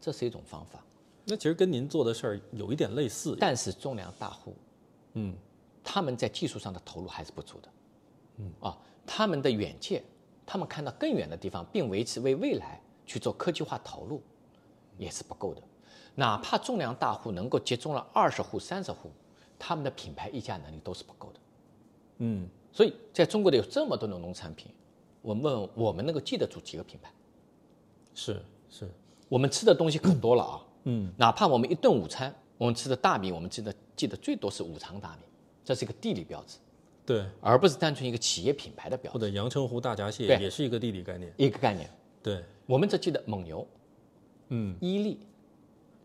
这是一种方法。
那其实跟您做的事儿有一点类似，
但是种粮大户
嗯
他们在技术上的投入还是不足的，嗯啊，他们的远见，他们看到更远的地方，并维持为未来去做科技化投入，也是不够的。哪怕种粮大户能够集中了二十户、三十户，他们的品牌溢价能力都是不够的。
嗯
所以在中国的有这么多的农产品，我们问我们能够记得住几个品牌？
是是
我们吃的东西可多了啊，
嗯
哪怕我们一顿午餐，我们吃的大米，我们记得记得最多是五常大米，这是一个地理标志，
对，
而不是单纯一个企业品牌的标
或
志，
者阳澄湖大闸蟹
对
也是一个地理概念，
一个概念。
对，
我们只记得蒙牛、
嗯
伊利，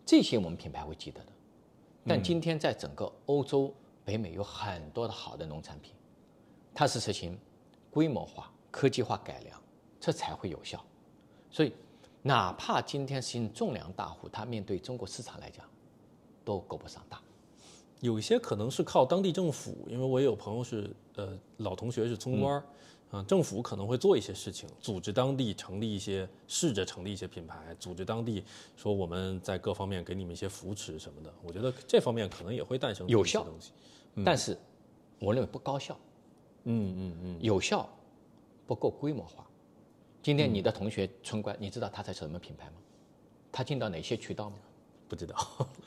这些我们品牌会记得的。但今天在整个欧洲、北美有很多的好的农产品，它是实行规模化、科技化改良，这才会有效。所以，哪怕今天实行种粮大户，它面对中国市场来讲，都够不上大。
有一些可能是靠当地政府，因为我也有朋友是呃老同学是村官儿，啊、政府可能会做一些事情，组织当地成立一些，试着成立一些品牌，组织当地说我们在各方面给你们一些扶持什么的。我觉得这方面可能也会诞生
有
一些
效
东西。
但是，我认为不高效。
嗯嗯嗯，
有效，不够规模化。今天你
嗯
的同学村官，你知道他在什么品牌吗？他进到哪些渠道吗？
不知道。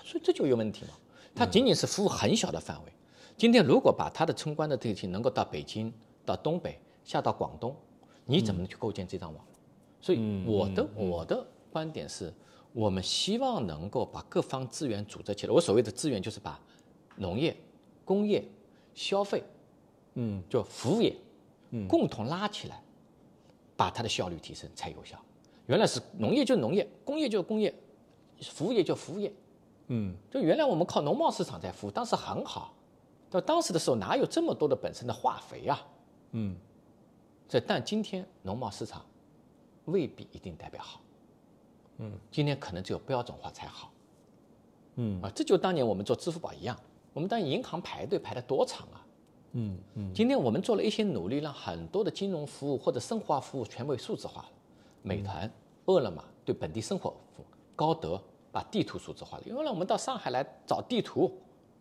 所以这就有问题嘛。他仅仅是服务很小的范围。今天如果把他的村官的地区能够到北京、到东北、下到广东，你怎么能去构建这张网？所以我的、我的观点是，我们希望能够把各方资源组织起来。我所谓的资源就是把农业、工业、消费
嗯
就服务业，共同拉起来，把它的效率提升才有效。原来是农业就是农业，工业就是工业，服务业就是服务业。
嗯
就原来我们靠农贸市场在服务，当时很好，到当时的时候哪有这么多的本身的化肥啊？
嗯
这但今天农贸市场未必一定代表好，嗯，今天可能只有标准化才好
嗯
啊。这就当年我们做支付宝一样，我们当年银行排队排了多长啊？
嗯嗯
今天我们做了一些努力，让很多的金融服务或者生活化服务全被数字化了。
嗯
美团、饿了么对本地生活服务，高德把地图数字化了。原来我们到上海来找地图，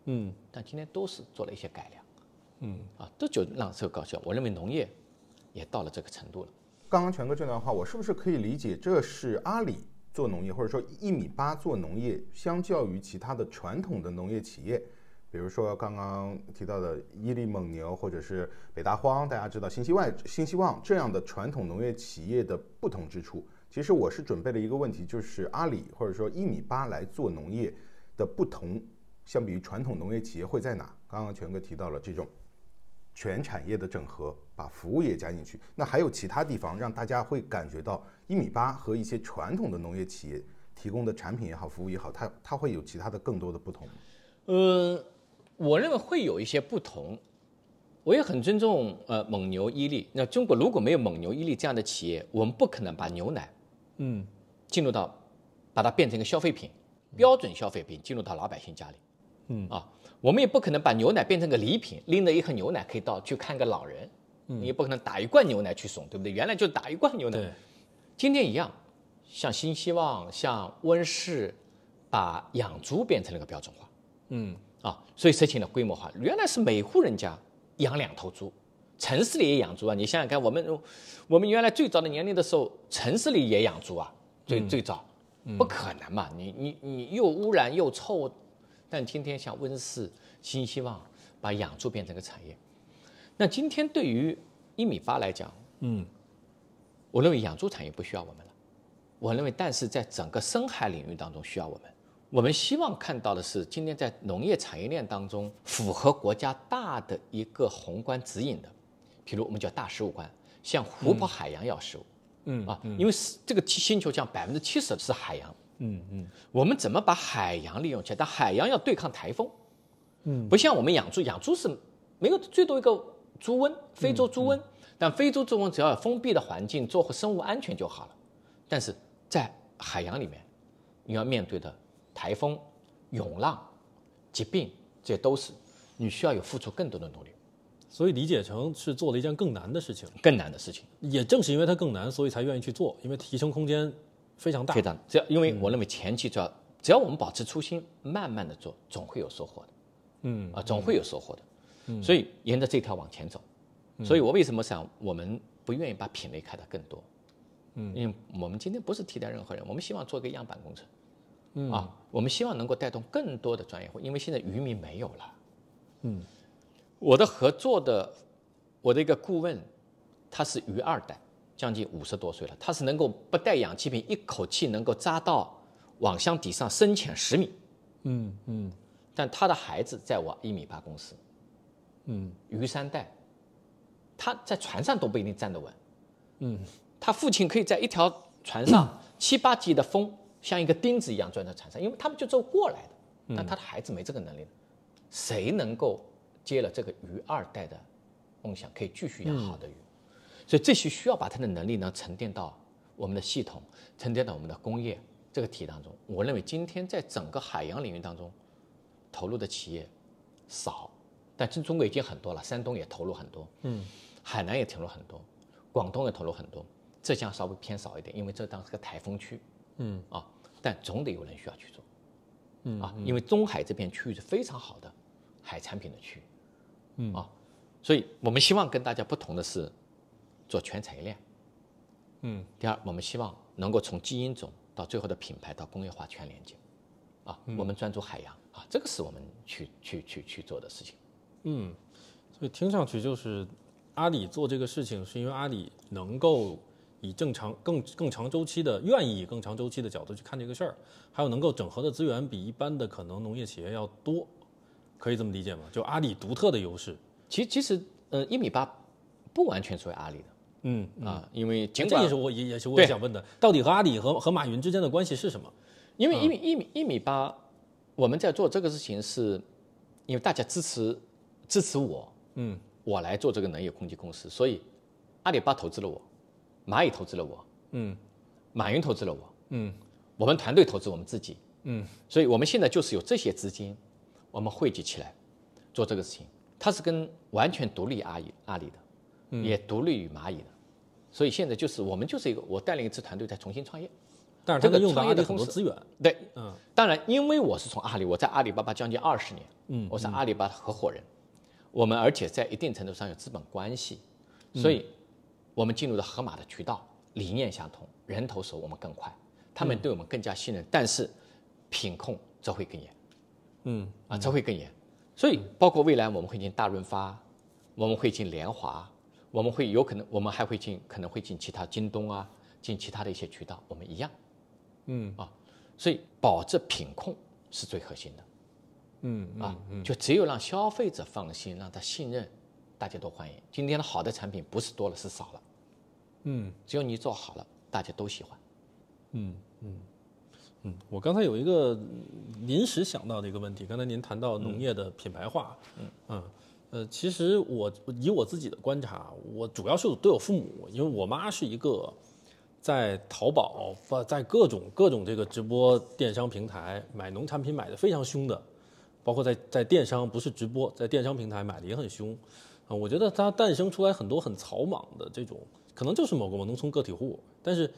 嗯
但今天都是做了一些改良
嗯
啊，这就让这个高效。我认为农业也到了这个程度了。
刚刚权哥这段话，我是不是可以理解，这是阿里做农业，或者说一米八做农业，相较于其他的传统的农业企业，比如说刚刚提到的伊利、蒙牛，或者是北大荒，大家知道新希望、新希望这样的传统农业企业的不同之处。其实我是准备了一个问题，就是阿里或者说一米八来做农业的不同，相比于传统农业企业会在哪？刚刚权哥提到了这种全产业的整合，把服务业加进去。那还有其他地方让大家会感觉到一米八和一些传统的农业企业提供的产品也好，服务也好，它它会有其他的更多的不同。
呃，我认为会有一些不同。我也很尊重呃蒙牛、伊利。那中国如果没有蒙牛、伊利这样的企业，我们不可能把牛奶
嗯，
进入到把它变成一个消费品，标准消费品进入到老百姓家里。
嗯
啊，我们也不可能把牛奶变成个礼品，拎着一盒牛奶可以到去看个老人。你也不可能打一罐牛奶去送，对不对？原来就打一罐牛奶，
嗯对，
今天一样，像新希望、像温室，把养猪变成了个标准化
嗯
啊，所以实行了规模化。原来是每户人家养两头猪，城市里也养猪啊。你想想看，我们我们原来最早的年龄的时候，城市里也养猪啊，最、最早，不可能嘛！你你你又污染又臭，但今天像温室、新希望把养猪变成个产业，那今天对于一米八来讲，
嗯，
我认为养猪产业不需要我们了，我认为，但是在整个深海领域当中需要我们。我们希望看到的是，今天在农业产业链当中符合国家大的一个宏观指引的，比如我们叫大食物观，像湖泊海洋要食物，
嗯
啊，因为是这个星球上百分之七十是海洋，
嗯嗯
我们怎么把海洋利用起来？但海洋要对抗台风，
嗯，
不像我们养猪，养猪是没有最多一个猪瘟，非洲猪瘟，但非洲猪瘟只要有封闭的环境，做好生物安全就好了。但是在海洋里面，你要面对的台风、涌浪、疾病，这都是你需要有付出更多的努力，
所以理解成是做了一件更难的事情，
更难的事情。
也正是因为它更难，所以才愿意去做，因为提升空间非常大嗯
非。常，只要因为我认为前期只要、只要我们保持初心，慢慢的做，总会有收获的。
嗯
啊，总会有收获的。所以沿着这条往前走。
嗯
所以我为什么想我们不愿意把品类开得更多？嗯，因为我们今天不是替代任何人，我们希望做一个样板工程。嗯啊，我们希望能够带动更多的专业户，因为现在渔民没有了。
嗯，
我的合作的，我的一个顾问，他是鱼二代，将近五十多岁了，他是能够不带氧气瓶，一口气能够扎到网箱底上深潜十米。
嗯嗯
但他的孩子在我一米八公司，
嗯
于三代，他在船上都不一定站得稳。
嗯，
他父亲可以在一条船上七八级的风，像一个钉子一样钻在船上，因为他们就这么过来的。但他的孩子没这个能力，谁能够接了这个鱼二代的梦想，可以继续养好的鱼？所以这些需要把他的能力呢沉淀到我们的系统，沉淀到我们的工业这个体当中。我认为今天在整个海洋领域当中，投入的企业少，但中中国已经很多了，山东也投入很多，嗯，海南也投入很多，广东也投入很多，浙江稍微偏少一点，因为浙江是个台风区，
嗯
啊，但总得有人需要去做，嗯啊，因为中海这片区域是非常好的海产品的区域，嗯啊，所以我们希望跟大家不同的是做全产业链，
嗯，
第二，我们希望能够从基因种到最后的品牌到工业化全连接。啊，
嗯
我们专注海洋啊，这个是我们去去去去做的事情。
嗯，所以听上去就是阿里做这个事情，是因为阿里能够以正常、更更长周期的、愿意以更长周期的角度去看这个事儿，还有能够整合的资源比一般的可能农业企业要多，可以这么理解吗？就阿里独特的优势。
其其实，呃，一米八不完全属于阿里
嗯，
的啊，因为尽
这
管
也是我也也是我也
对
想问的，到底和阿里和和马云之间的关系是什么？
因
嗯
为一米一米一米八，我们在做这个事情是，因为大家支持支持我，
嗯，
我来做这个能源空气公司，所以阿里巴巴投资了我，蚂蚁投资了我，
嗯，
马云投资了我，
嗯，
我们团队投资我们自己，
嗯，
所以我们现在就是有这些资金，我们汇集起来做这个事情，它是跟完全独立阿里阿里的，
嗯
也独立于蚂蚁的，所以现在就是我们就是一个我带领一支团队在重新创业，
但是它
这个
能用到
创
阿
业的
里很多
公司
资源。
对，
嗯
当然，因为我是从阿里，我在阿里巴巴将近二十年，
嗯
我是阿里巴巴的合伙人，我们而且在一定程度上有资本关系，
嗯
所以我们进入了盒马的渠道，理念相同，人头熟，我们更快，他
嗯
们对我们更加信任，但是品控则会更严
嗯
啊，则会更严，所以包括未来我们会进大润发，我们会进联华，我们会有可能，我们还会进，可能会进其他京东啊，进其他的一些渠道，我们一样。啊
嗯
所以保质品控是最核心的
嗯
啊，就只有让消费者放心，让他信任，大家都欢迎。今天的好的产品不是多了，是少了，
嗯
只要你做好了，大家都喜欢。
嗯嗯嗯，我刚才有一个临时想到的一个问题，刚才您谈到农业的品牌化，嗯呃，其实我以我自己的观察，我主要是对我父母，因为我妈是一个在淘宝不在各种各种这个直播电商平台买农产品买的非常凶的，包括在在电商不是直播，在电商平台买的也很凶。啊，我觉得它诞生出来很多很草莽的这种，可能就是某个农村个体户，但是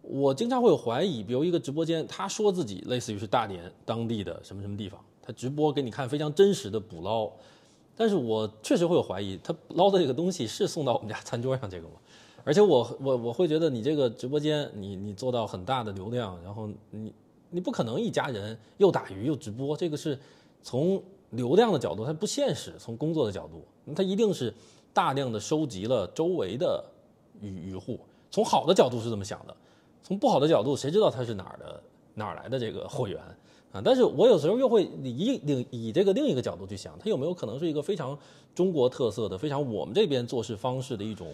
我经常会有怀疑，比如一个直播间，他说自己类似于是大连当地的什么什么地方，他直播给你看非常真实的捕捞，但是我确实会有怀疑，他捞的这个东西是送到我们家餐桌上这个吗？ 而且我我我会觉得你这个直播间，你你做到很大的流量，然后你你不可能一家人又打鱼又直播，这个是从流量的角度它不现实，从工作的角度，它一定是大量的收集了周围的鱼鱼户，从好的角度是这么想的，从不好的角度，谁知道它是哪儿的哪儿来的这个货源啊？但是我有时候又会以另以这个另一个角度去想，它有没有可能是一个非常中国特色的、非常我们这边做事方式的一种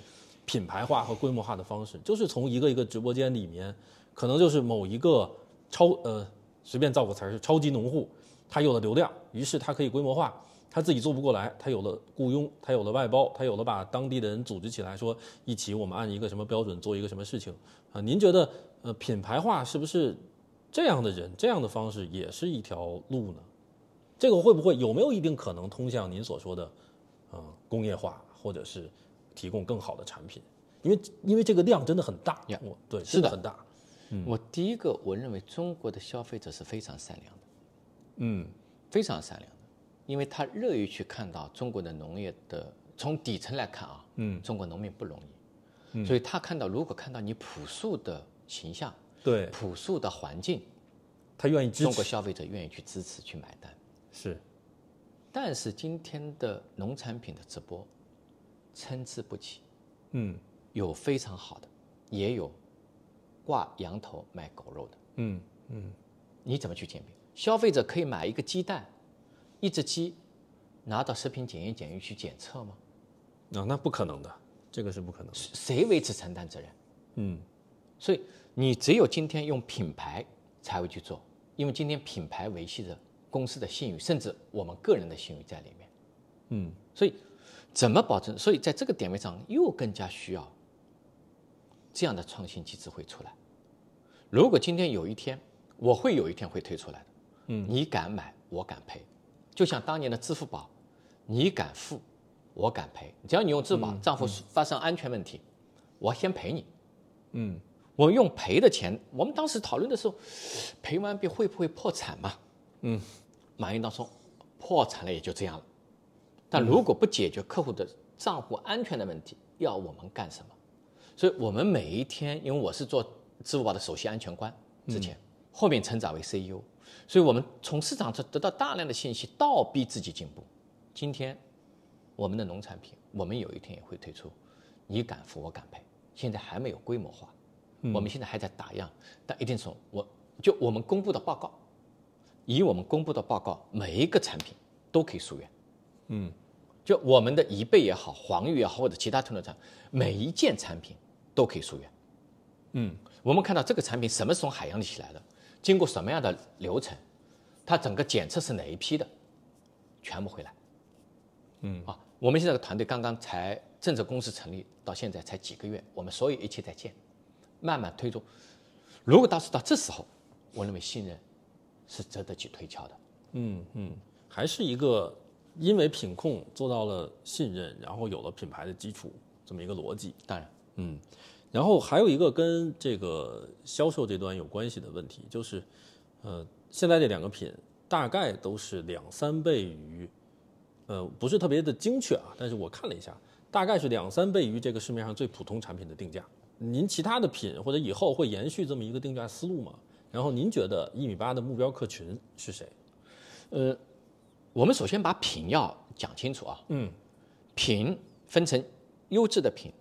品牌化和规模化的方式，就是从一个一个直播间里面，可能就是某一个超呃随便造个词儿是超级农户，他有了流量，于是他可以规模化。他自己做不过来，他有了雇佣，他有了外包，他有了把当地的人组织起来，说一起我们按一个什么标准做一个什么事情啊？您觉得呃品牌化是不是这样的人这样的方式也是一条路呢？这个会不会有没有一定可能通向您所说的呃工业化，或者是提供更好的产品？因为因为这个量真的很大
呀
我对
是
真的
的
很大，嗯
我第一个，我认为中国的消费者是非常善良的，
嗯
非常善良的，因为他乐于去看到中国的农业的从底层来看啊，
嗯
中国农民不容易，所以他看到如果看到你朴素的形象、
对，
朴素的环境，
他愿意支
中国
持
消费者愿意去支持去买单。
是
但是今天的农产品的直播，参差不齐，
嗯
有非常好的，也有挂羊头卖狗肉的。
嗯
你怎么去鉴别？消费者可以买一个鸡蛋，一只鸡，拿到食品检验检疫去检测吗？
啊那不可能的，这个是不可能的，
谁为此承担责任？
嗯
所以你只有今天用品牌才会去做，因为今天品牌维系着公司的信誉，甚至我们个人的信誉在里面。
嗯
所以怎么保证？所以在这个点位上，又更加需要这样的创新机制会出来。如果今天有一天，我会有一天会推出来的。嗯，你敢买，我敢赔。就像当年的支付宝，你敢付，我敢赔。只要你用支付宝账户发生安全问题，我先赔你。
嗯
我们用赔的钱，我们当时讨论的时候，赔完毕会不会破产嘛？
嗯，
马云当时说破产了也就这样了，
嗯
但如果不解决客户的账户安全的问题，要我们干什么？所以我们每一天，因为我是做支付宝的首席安全官
嗯
之前，后面成长为 CEO，所以我们从市场上得到大量的信息，倒逼自己进步。今天我们的农产品，我们有一天也会推出，你敢付我敢赔。现在还没有规模化，
嗯
我们现在还在打样，但一定说，我就我们公布的报告，以我们公布的报告，每一个产品都可以溯源。
嗯
就我们的贻贝也好，黄鱼也好，或者其他品种产品，每一件产品都可以溯源。
嗯
我们看到这个产品什么是从海洋里起来的，经过什么样的流程，它整个检测是哪一批的，全部回来。
嗯
啊，我们现在的团队刚刚才正式公司成立到现在才几个月，我们所有一切在建，慢慢推动。如果到是到这时候，我认为信任是值得去推敲的。
嗯嗯，还是一个因为品控做到了信任，然后有了品牌的基础这么一个逻辑。
当然，
嗯，然后还有一个跟这个销售这端有关系的问题，就是，呃，现在这两个品大概都是两三倍于，呃，不是特别的精确啊，但是我看了一下，大概是两三倍于这个市面上最普通产品的定价。您其他的品或者以后会延续这么一个定价思路吗？然后您觉得一米八的目标客群是谁？
呃，我们首先把品要讲清楚啊，
嗯
品分成优质的品、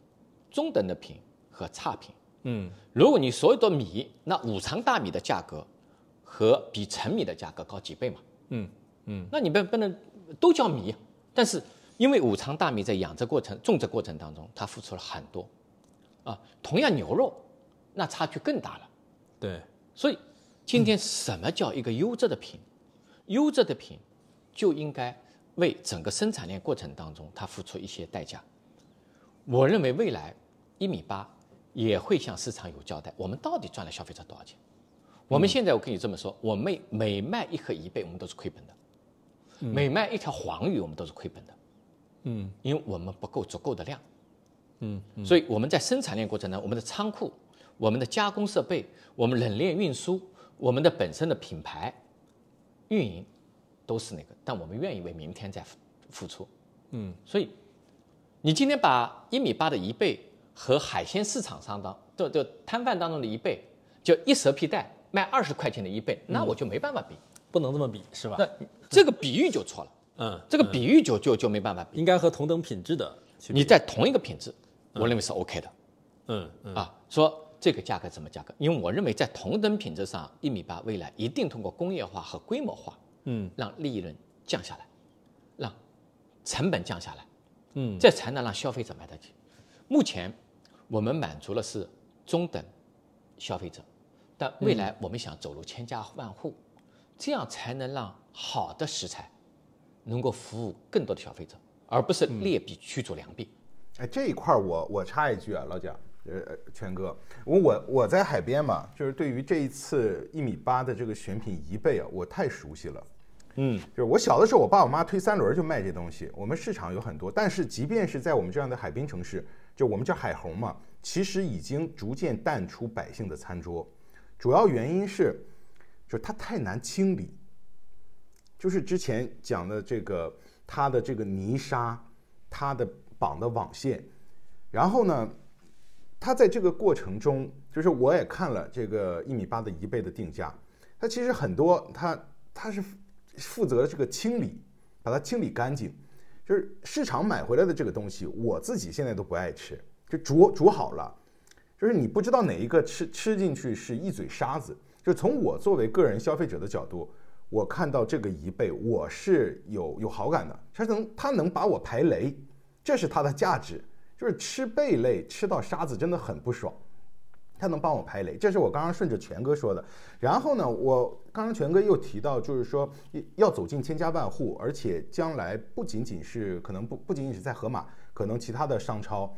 中等的品和差品。
嗯
如果你所有的米，那五常大米的价格和比陈米的价格高几倍嘛？
嗯嗯
那你不不能都叫米，但是因为武昌大米在养殖过程、种植过程当中，它付出了很多，啊，同样牛肉，那差距更大了。
对，
所以，今天什么叫一个优质的品？优质的品就应该为整个生产链过程当中它付出一些代价。我认为未来一米八也会向市场有交代，我们到底赚了消费者多少钱？我们现在我跟你这么说，我们每每卖一盒贻贝，我们都是亏本的；每卖一条黄鱼，我们都是亏本的。
嗯，
因为我们不够足够的量。嗯，所以我们在生产链过程当中，我们的仓库、我们的加工设备、我们冷链运输、我们的本身的品牌运营，都是那个，但我们愿意为明天再付付出。嗯，所以你今天把一米八的贻贝和海鲜市场上当就就摊贩当中的贻贝，就一蛇皮袋卖二十块钱的贻贝，那我就没办法比，
不能这么比是吧？
那这个比喻就错了，
嗯，
这个比喻就就就没办法比。
应该和同等品质的去比。
你在同一个品质，我认为是 OK 的。
嗯嗯
啊，说这个价格怎么价格？因为我认为在同等品质上，一米八未来一定通过工业化和规模化，
嗯，
让利润降下来，让成本降下来，
嗯，
这才能让消费者买得起。目前我们满足了是中等消费者，但未
嗯
来我们想走入千家万户，这样才能让好的食材能够服务更多的消费者，而不是
嗯
劣币驱逐良币。
哎，这一块儿我我插一句啊，老蒋，呃，呃全哥，我我我在海边嘛，就是对于这一次一米八的这个选品贻贝啊，我太熟悉了。
嗯，
就是我小的时候，我爸我妈推三轮就卖这东西，我们市场有很多。但是即便是在我们这样的海滨城市，就我们叫海虹嘛，其实已经逐渐淡出百姓的餐桌，主要原因是，就是它太难清理。就是之前讲的这个它的这个泥沙，它的绑的网线，然后呢，它在这个过程中，就是我也看了这个一米八的贻贝的定价，它其实很多它它是负责这个清理，把它清理干净。就是市场买回来的这个东西，我自己现在都不爱吃，就煮煮好了，就是你不知道哪一个吃吃进去是一嘴沙子。就从我作为个人消费者的角度，我看到这个贻贝，我是有有好感的。它能它能把我排雷，这是它的价值。就是吃贝类吃到沙子真的很不爽，它能帮我排雷，这是我刚刚顺着全哥说的。然后呢，我刚刚全哥又提到，就是说要走进千家万户，而且将来不仅仅是可能不不仅仅是在盒马，可能其他的商超，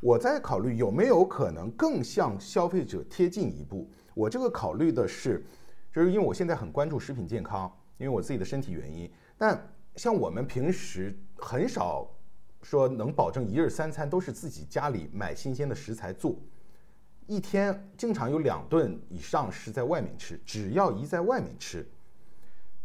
我在考虑有没有可能更向消费者贴近一步。我这个考虑的是，就是因为我现在很关注食品健康，因为我自己的身体原因。但像我们平时很少说能保证一日三餐都是自己家里买新鲜的食材做，一天经常有两顿以上是在外面吃，只要一在外面吃，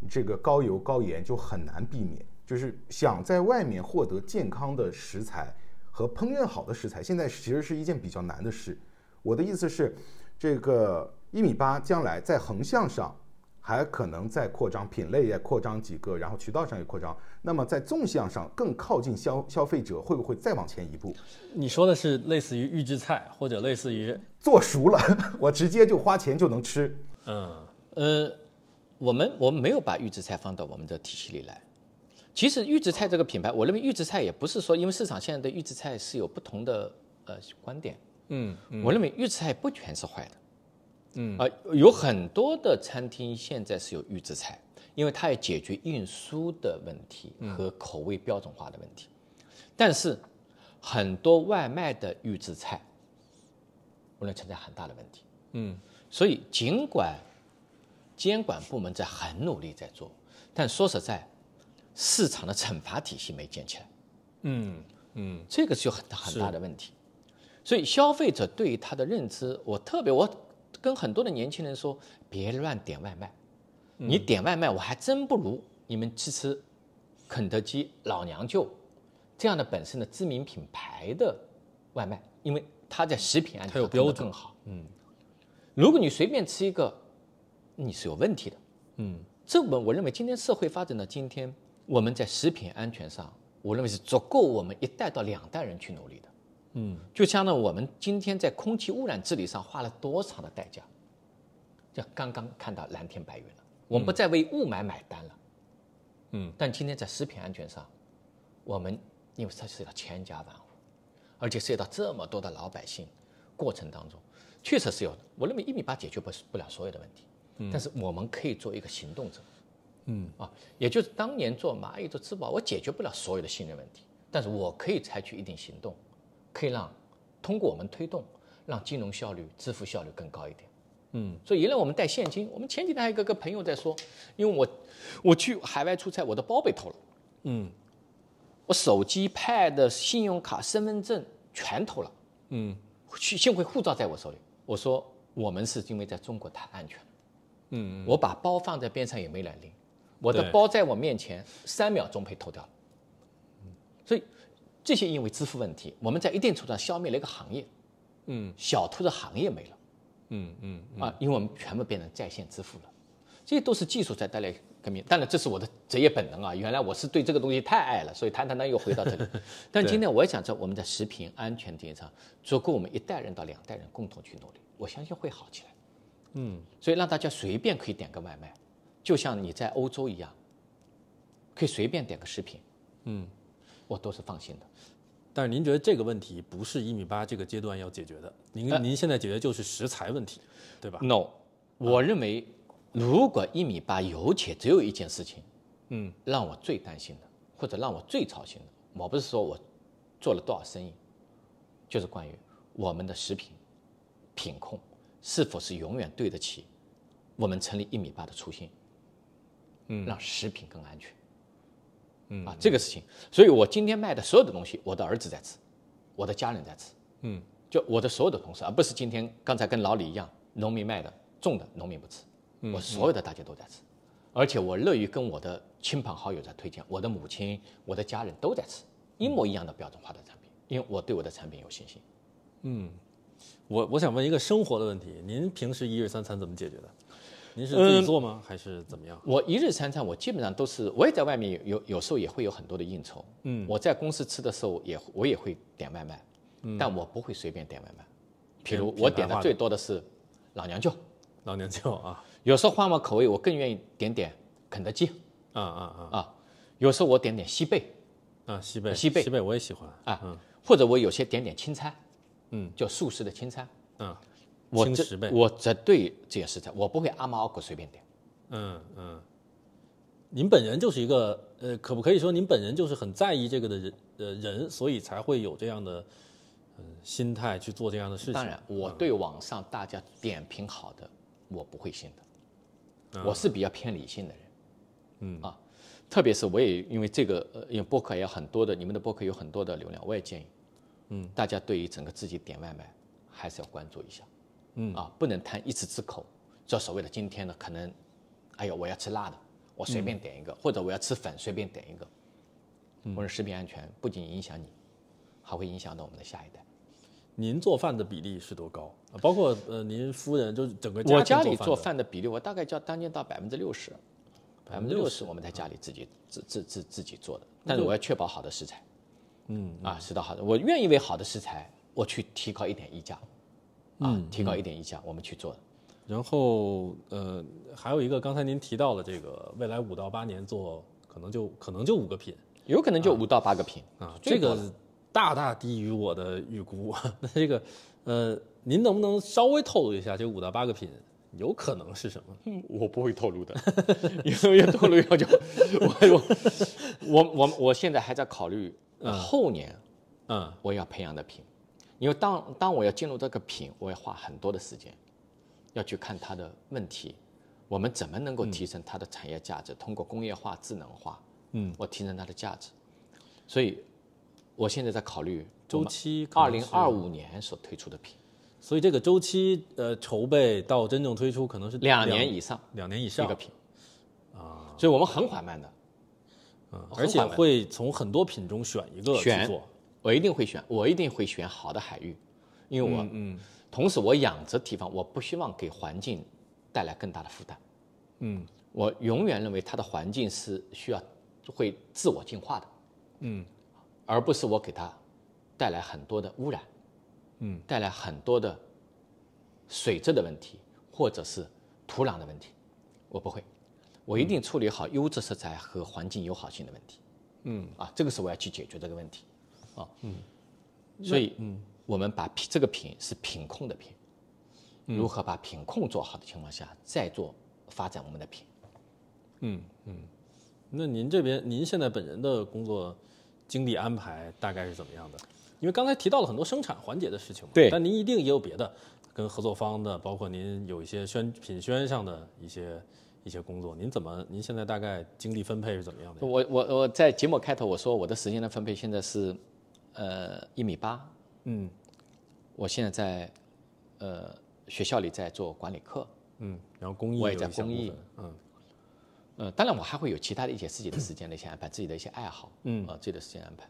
这个高油高盐就很难避免。就是想在外面获得健康的食材和烹饪好的食材，现在其实是一件比较难的事。我的意思是，这个一米八将来在横向上还可能再扩张，品类也扩张几个，然后渠道上也扩张。那么在纵向上更靠近消消费者，会不会再往前一步？
你说的是类似于预制菜，或者类似于
做熟了， 我直接就花钱就能吃。
嗯
呃，我们我们没有把预制菜放到我们的体系里来。其实预制菜这个品牌，我认为预制菜也不是说，因为市场现在对预制菜是有不同的呃观点。
嗯
我认为预制菜不全是坏的。嗯，啊、有很多的餐厅现在是有预制菜，因为它要解决运输的问题和口味标准化的问题。但是很多外卖的预制菜，我认为存在很大的问题。
嗯
所以尽管监管部门在很努力在做，但说实在，市场的惩罚体系没建起来，
嗯嗯
这个是有很大很大的问题。所以消费者对于它的认知，我特别我跟很多的年轻人说，别乱点外卖，
嗯
你点外卖我还真不如你们去吃肯德基、老娘舅这样的本身的知名品牌的外卖，因为它在食品安
它
全
有
控得
标准
更好。嗯，如果你随便吃一个，你是有问题的。
嗯，
这我我认为今天社会发展到今天，我们在食品安全上，我认为是足够我们一代到两代人去努力的。
嗯，
就像呢，我们今天在空气污染治理上花了多少的代价？这刚刚看到蓝天白云了，我们不再为雾霾买单了。
嗯，
但今天在食品安全上，我们因为它涉及到千家万户，而且涉及到这么多的老百姓，过程当中确实是有，我认为一米八解决不不了所有的问题，但是我们可以做一个行动者，嗯啊，也就是当年做蚂蚁做支付宝，我解决不了所有的信任问题，但是我可以采取一定行动，可以让通过我们推动，让金融效率、支付效率更高一点。嗯，所以原来我们带现金，我们前几天还有一个跟朋友在说，因为我我去海外出差，我的包被偷了，
嗯
我手机、pad、信用卡、身份证全偷了，
嗯
幸幸亏护照在我手里。我说我们是因为在中国太安全了，
嗯，
我把包放在边上也没人拎，我的
对
包在我面前三秒钟被偷掉了，所以这些因为支付问题，我们在一定程度上消灭了一个行业，
嗯
小偷的行业没了。
嗯嗯
啊，因为我们全部变成在线支付了，这些都是技术在带来革命。当然，这是我的职业本能啊，原来我是对这个东西太爱了，所以谈谈谈又回到 这里。但今天我也想说，我们在食品安全这一上，足够我们一代人到两代人共同去努力，我相信会好起来。
嗯，
所以让大家随便可以点个外卖，就像你在欧洲一样，可以随便点个食品，
嗯，
我都是放心的。
但是您觉得这个问题不是一米八这个阶段要解决的，您、
呃
您现在解决就是食材问题，对吧？
No，我认为如果一米八有且只有一件事情，
嗯，
让我最担心的，或者让我最操心的，我不是说我做了多少生意，就是关于我们的食品品控是否是永远对得起我们成立一米八的初心，嗯，让食品更安全。嗯啊，这个事情，所以我今天卖的所有的东西，我的儿子在吃，我的家人在吃，就我的所有的同事，而不是今天刚才跟老李一样，农民卖的种的农民不吃，我所有的大家都在吃，而且我乐于跟我的亲朋好友在推荐，我的母亲、我的家人都在吃一模一样的标准化的产品，因为我对我的产品有信心。
我我想问一个生活的问题，您平时一日三餐怎么解决的？您是自己做吗，还是怎么样？
我一日三餐我基本上都是，我也在外面有有有时候也会有很多的应酬，嗯，我在公司吃的时候也我也会点外卖，但我不会随便点外卖，比如
品
我
牌
点的
化
最多的是老娘舅，
老娘舅啊
有时候换换口味，我更愿意点点肯德基。
啊啊啊
啊，有时候我点点西贝
啊！西贝
西贝
西贝我也喜欢
啊，
嗯
或者我有些点点青菜，
嗯，
就素食的青菜。
啊，
我
青
这
石贝
我这对这些食材，我不会阿猫阿狗随便点。
嗯嗯。您本人就是一个呃，可不可以说您本人就是很在意这个的人呃人，所以才会有这样的呃心态去做这样的事情？
当然，我对网上大家点评好的，我不会信的。我是比较偏理性的人，嗯啊，特别是我也因为这个，呃，因为播客也有很多的，你们的播客有很多的流量，我也建议，嗯，大家对于整个自己点外卖还是要关注一下，嗯啊，不能贪一时之口，这所谓的今天呢，可能，哎呦，我要吃辣的，我随便点一个，或者我要吃粉，随便点一个。我说食品安全不仅影响你，还会影响到我们的下一代。
您做饭的比例是多高？啊包括呃，您夫人就是整个
我
家
家
庭
里
做
做
饭
饭的比例，我大概叫将近到百分之六十，百分之六十我们在家里自己自自自自己做的，但是我要确保好的食材，嗯啊，吃到好的，我愿意为好的食材，我去提高一点溢价，啊，提高一点溢价，我们去做的。
的，然后呃，还有一个刚才您提到的这个未来五到八年做，可能就可能就五个品
有可能就五到八个品
啊，
最
这
多
个大大低于我的预估。 那这个呃，您能不能稍微透露一下这五到八个品有可能是什么？
嗯我不会透露的，因为透露以后就 我我我我我现在还在考虑后年
嗯
我要培养的品，因为当当我要进入这个品，我要花很多的时间，要去看它的问题，我们怎么能够提升它的产业价值？通过工业化、智能化，
嗯，
我提升它的价值。所以，我现在在考虑
周期可
二
能
零
是
二，五年所推出的品，
所以这个周期呃，筹备到真正推出可能是
两年以上
两年以
一
上
个品啊，所以我们很缓慢的。
嗯
很
而且
缓慢
会从很多品中选一个去
选
做。
我一定会选，我一定会选好的海域，因为我，嗯，同时我养殖地方，我不希望给环境带来更大的负担，
嗯，
我永远认为它的环境是需要会自我进化的，
嗯，
而不是我给它带来很多的污染，
嗯，
带来很多的水质的问题或者是土壤的问题，我不会，我一定处理好优质食材和环境友好性的问题，嗯，啊，这个是我要去解决这个问题，啊。嗯，所以嗯，我们把品这个品是品控的品，如何把品控做好的情况下，再做发展我们的品。
那您这边，您现在本人的工作经历安排大概是怎么样的？因为刚才提到了很多生产环节的事情嘛，
对
但您一定也有别的跟合作方的，包括您有一些宣品宣上的一些一些工作，您怎么？您现在大概精力分配是怎么样的？
我我我在节目开头我说我的时间的分配现在是，呃，一米八。
嗯
我现在在，呃，学校里在做管理课。
嗯，然后公益
我也
有
在
一小
公益
部分，嗯
呃，当然我还会有其他的一些自己的时间的一些安排，自己的一些爱好，
嗯
啊、自己的时间安排。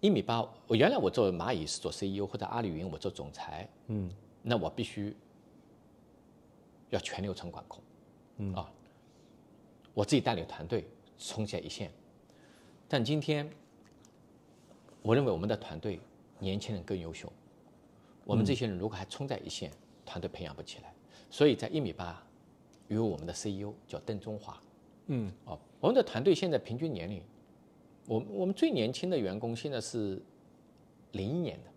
一米八，我原来我做蚂蚁是做 CEO 或者阿里云我做总裁，
嗯
那我必须要全流程管控，嗯啊，我自己带领团队冲下一线。但今天，我认为我们的团队年轻人更优秀，我们这些人如果还冲在一线，团队培养不起来。所以在一米八，有我们的 CEO 叫邓中华，
嗯
哦，我们的团队现在平均年龄，我我们最年轻的员工现在是零一年的，啊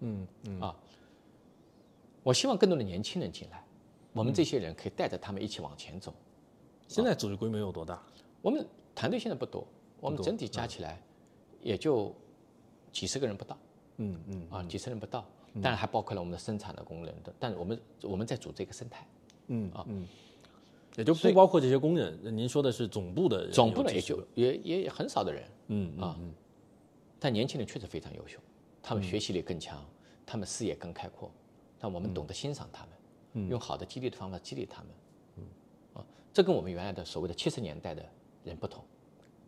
嗯嗯
我希望更多的年轻人进来，我们这些人可以带着他们一起往前走。
现在组织规模有多大？
我们团队现在不多，我们
不多
整体加起来也就几十个人不到
嗯嗯
啊，几十人不到，当然还包括了我们的生产的工人的，但是我们我们在组这个生态，
嗯
啊
嗯，也就
所
不
以
包括这些工人。您说的是总部呃的人有
总部呢
几
也
十
就
个
也也也很少的人，
嗯嗯
啊，但年轻人确实非常优秀，他们学习力更强，他们视野更开阔，但我
嗯
们懂得欣赏他们，用好的激励的方法激励他们，啊，这跟我们原来的所谓的七十年代的人不同，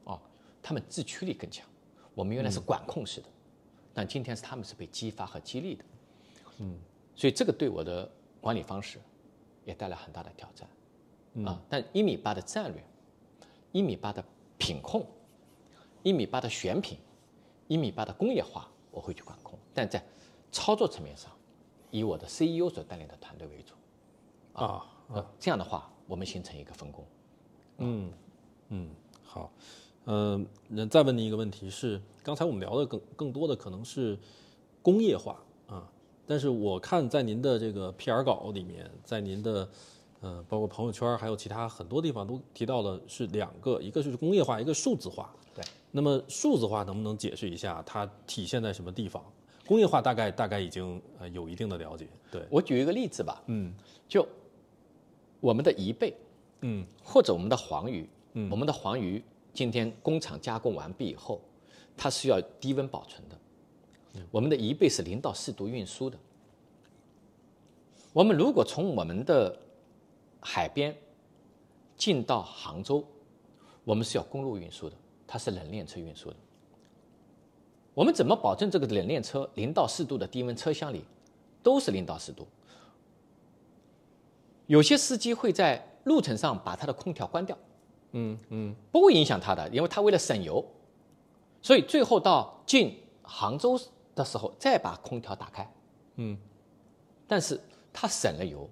啊，他们自驱力更强，我们原来是管控式的，但今天是他们是被激发和激励的，嗯，所以这个对我的管理方式也带来很大的挑战，啊，但一米八的战略，一米八的品控。一米八的选品，一米八的工业化，我会去管控。但在操作层面上，以我的 CEO 所带领的团队为主。
啊。
啊，这样的话，我们形成一个分工。
嗯，好，呃，那再问您一个问题是，刚才我们聊的更更多的可能是工业化啊，但是我看在您的这个 PR 稿里面，在您的呃，包括朋友圈儿还有其他很多地方都提到了是两个，一个是工业化，一个数字化。
对，
那么数字化能不能解释一下它体现在什么地方？工业化大概大概已经呃有一定的了解，对，
我举一个例子吧，
嗯
就我们的贻贝
嗯
或者我们的黄鱼，
嗯
我们的黄鱼今天工厂加工完毕以后，它是要低温保存的。
嗯
我们的贻贝是零到四度运输的。我们如果从我们的海边进到杭州，我们是要公路运输的，它是冷链车运输的。我们怎么保证这个冷链车零到四度的低温车厢里都是零到四度？有些司机会在路程上把他的空调关掉，
嗯嗯
不会影响他的，因为他为了省油，所以最后到进杭州的时候再把空调打开，
嗯，
但是他省了油，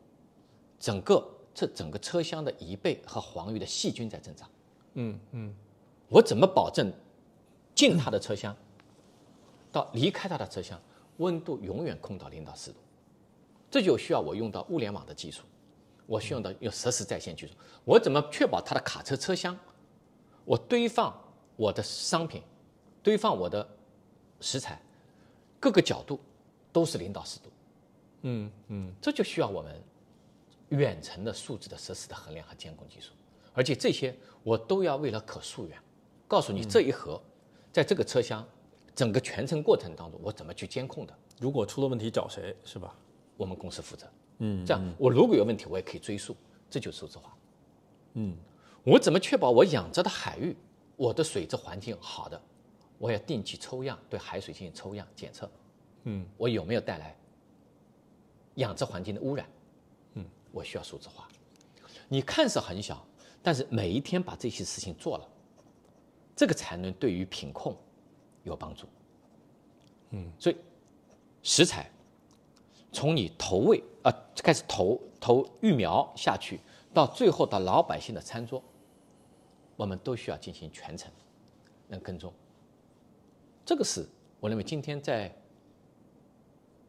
整个这整个车厢的贻贝和黄鱼的细菌在增长。
嗯嗯
我怎么保证进他的车厢到离开他的车厢温度永远控到零到四度？这就需要我用到物联网的技术，我需
嗯
要用到用实时在线技术。我怎么确保他的卡车车厢，我堆放我的商品，堆放我的食材，各个角度都是零到四度？
嗯嗯
这就需要我们远程的数字的实时的衡量和监控技术，而且这些我都要为了可溯源，告诉你
嗯
这一盒，在这个车厢整个全程过程当中，我怎么去监控的，
如果出了问题找谁是吧？
我们公司负责。
嗯
这样我如果有问题，我也可以追溯，这就是数字化。
嗯
我怎么确保我养殖的海域，我的水质环境好的？我要定期抽样，对海水进行抽样检测。
嗯，
我有没有带来养殖环境的污染？嗯，我需要数字化。你看似很小，但是每一天把这些事情做了，这个才能对于品控有帮助。嗯，所以食材从你投喂啊、开始投投育苗下去，到最后的老百姓的餐桌，我们都需要进行全程能跟踪。这个是我认为今天在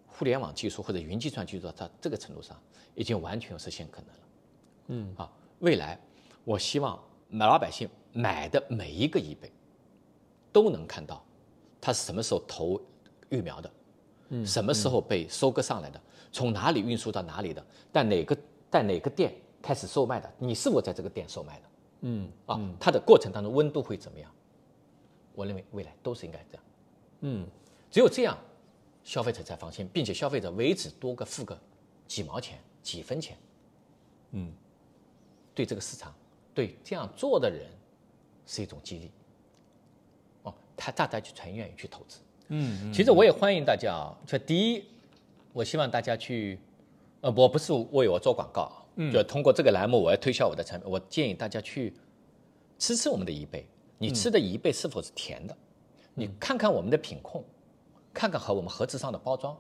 互联网技术或者云计算技术到它这个程度上，已经完全有实现可能了。嗯，啊，未来我希望买老百姓买的每一个一倍，都能看到他什么时候投疫苗的，嗯，什么时候被收割上来的，从哪里运输到哪里的，在哪个在哪个店开始售卖的，你是否在这个店售卖的？嗯，啊，它的过程当中温度会怎么样？我认为未来都是应该这样。
嗯，
只有这样，消费者才放心，并且消费者为此多个付个几毛钱、几分钱，
嗯，
对这个市场、对这样做的人是一种激励。哦，他大家就才愿意去投资。
嗯，
其实我也欢迎大家啊，就第一，我希望大家去，呃，我不是为我做广告，嗯，就通过这个栏目我要推销我的产品，我建议大家去吃吃我们的贻贝，你吃的贻贝是否是甜的？你看看我们的品控，看看和我们盒子上的包装，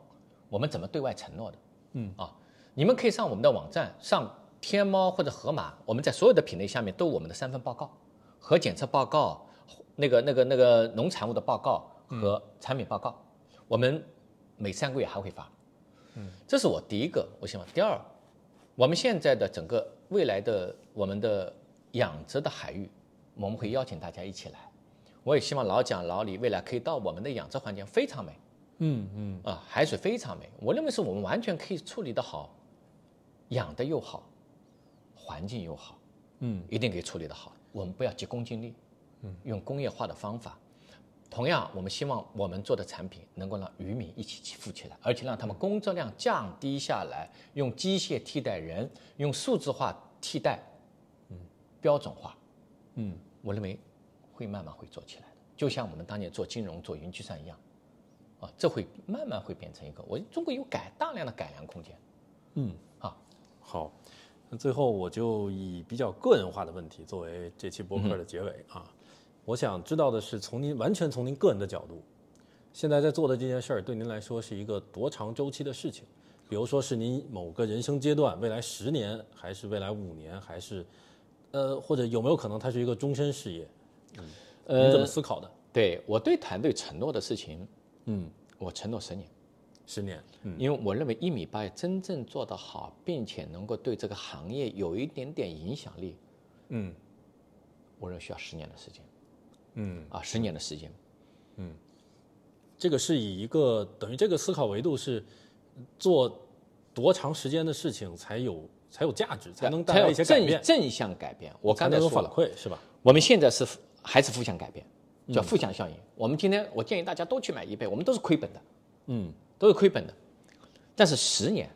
我们怎么对外承诺的，嗯啊，你们可以上我们的网站，上天猫或者盒马，我们在所有的品类下面都有我们的三份报告和检测报告。那个、那个、那个农产物的报告和产品报告，我们每三个月还会发。嗯，这是我第一个，我希望。第二，我们现在的整个未来的我们的养殖的海域，我们会邀请大家一起来。我也希望老蒋、老李未来可以到我们的养殖环境非常美
嗯嗯
啊，海水非常美。我认为是我们完全可以处理的好，养的又好，环境又好，
嗯，
一定可以处理的好。我们不要急功近利，用工业化的方法。同样，我们希望我们做的产品能够让渔民一起起富起来，而且让他们工作量降低下来，用机械替代人，用数字化替代，嗯标准化。
嗯，
我认为会慢慢会做起来的，就像我们当年做金融、做云计算一样，啊，这会慢慢会变成一个，我中国有改大量的改良空间。
好，那最后我就以比较个人化的问题作为这期博客的结尾啊，我想知道的是，从您完全从您个人的角度，现在在做的这件事儿对您来说是一个多长周期的事情？比如说是您某个人生阶段，未来十年，还是未来五年，还是呃，或者有没有可能它是一个终身事业？
呃
嗯，您怎么思考的？
对我对团队承诺的事情，
嗯，
我承诺十年。
十年，嗯
因为我认为一米八真正做得好，并且能够对这个行业有一点点影响力，
嗯
我认为需要十年的时间
嗯，
啊，十年的时间。
这个是以一个等于这个思考维度是做多长时间的事情才有才有价值，才能带来
有
一些改
正
变，
正向改变。我
才
刚才
能有
说
反
了，
馈，是吧？
我们现在是还是负向改变，
嗯
叫负向效应。我们今天我建议大家都去买一倍，我们都是亏本的，
嗯
都是亏本的。但是十年，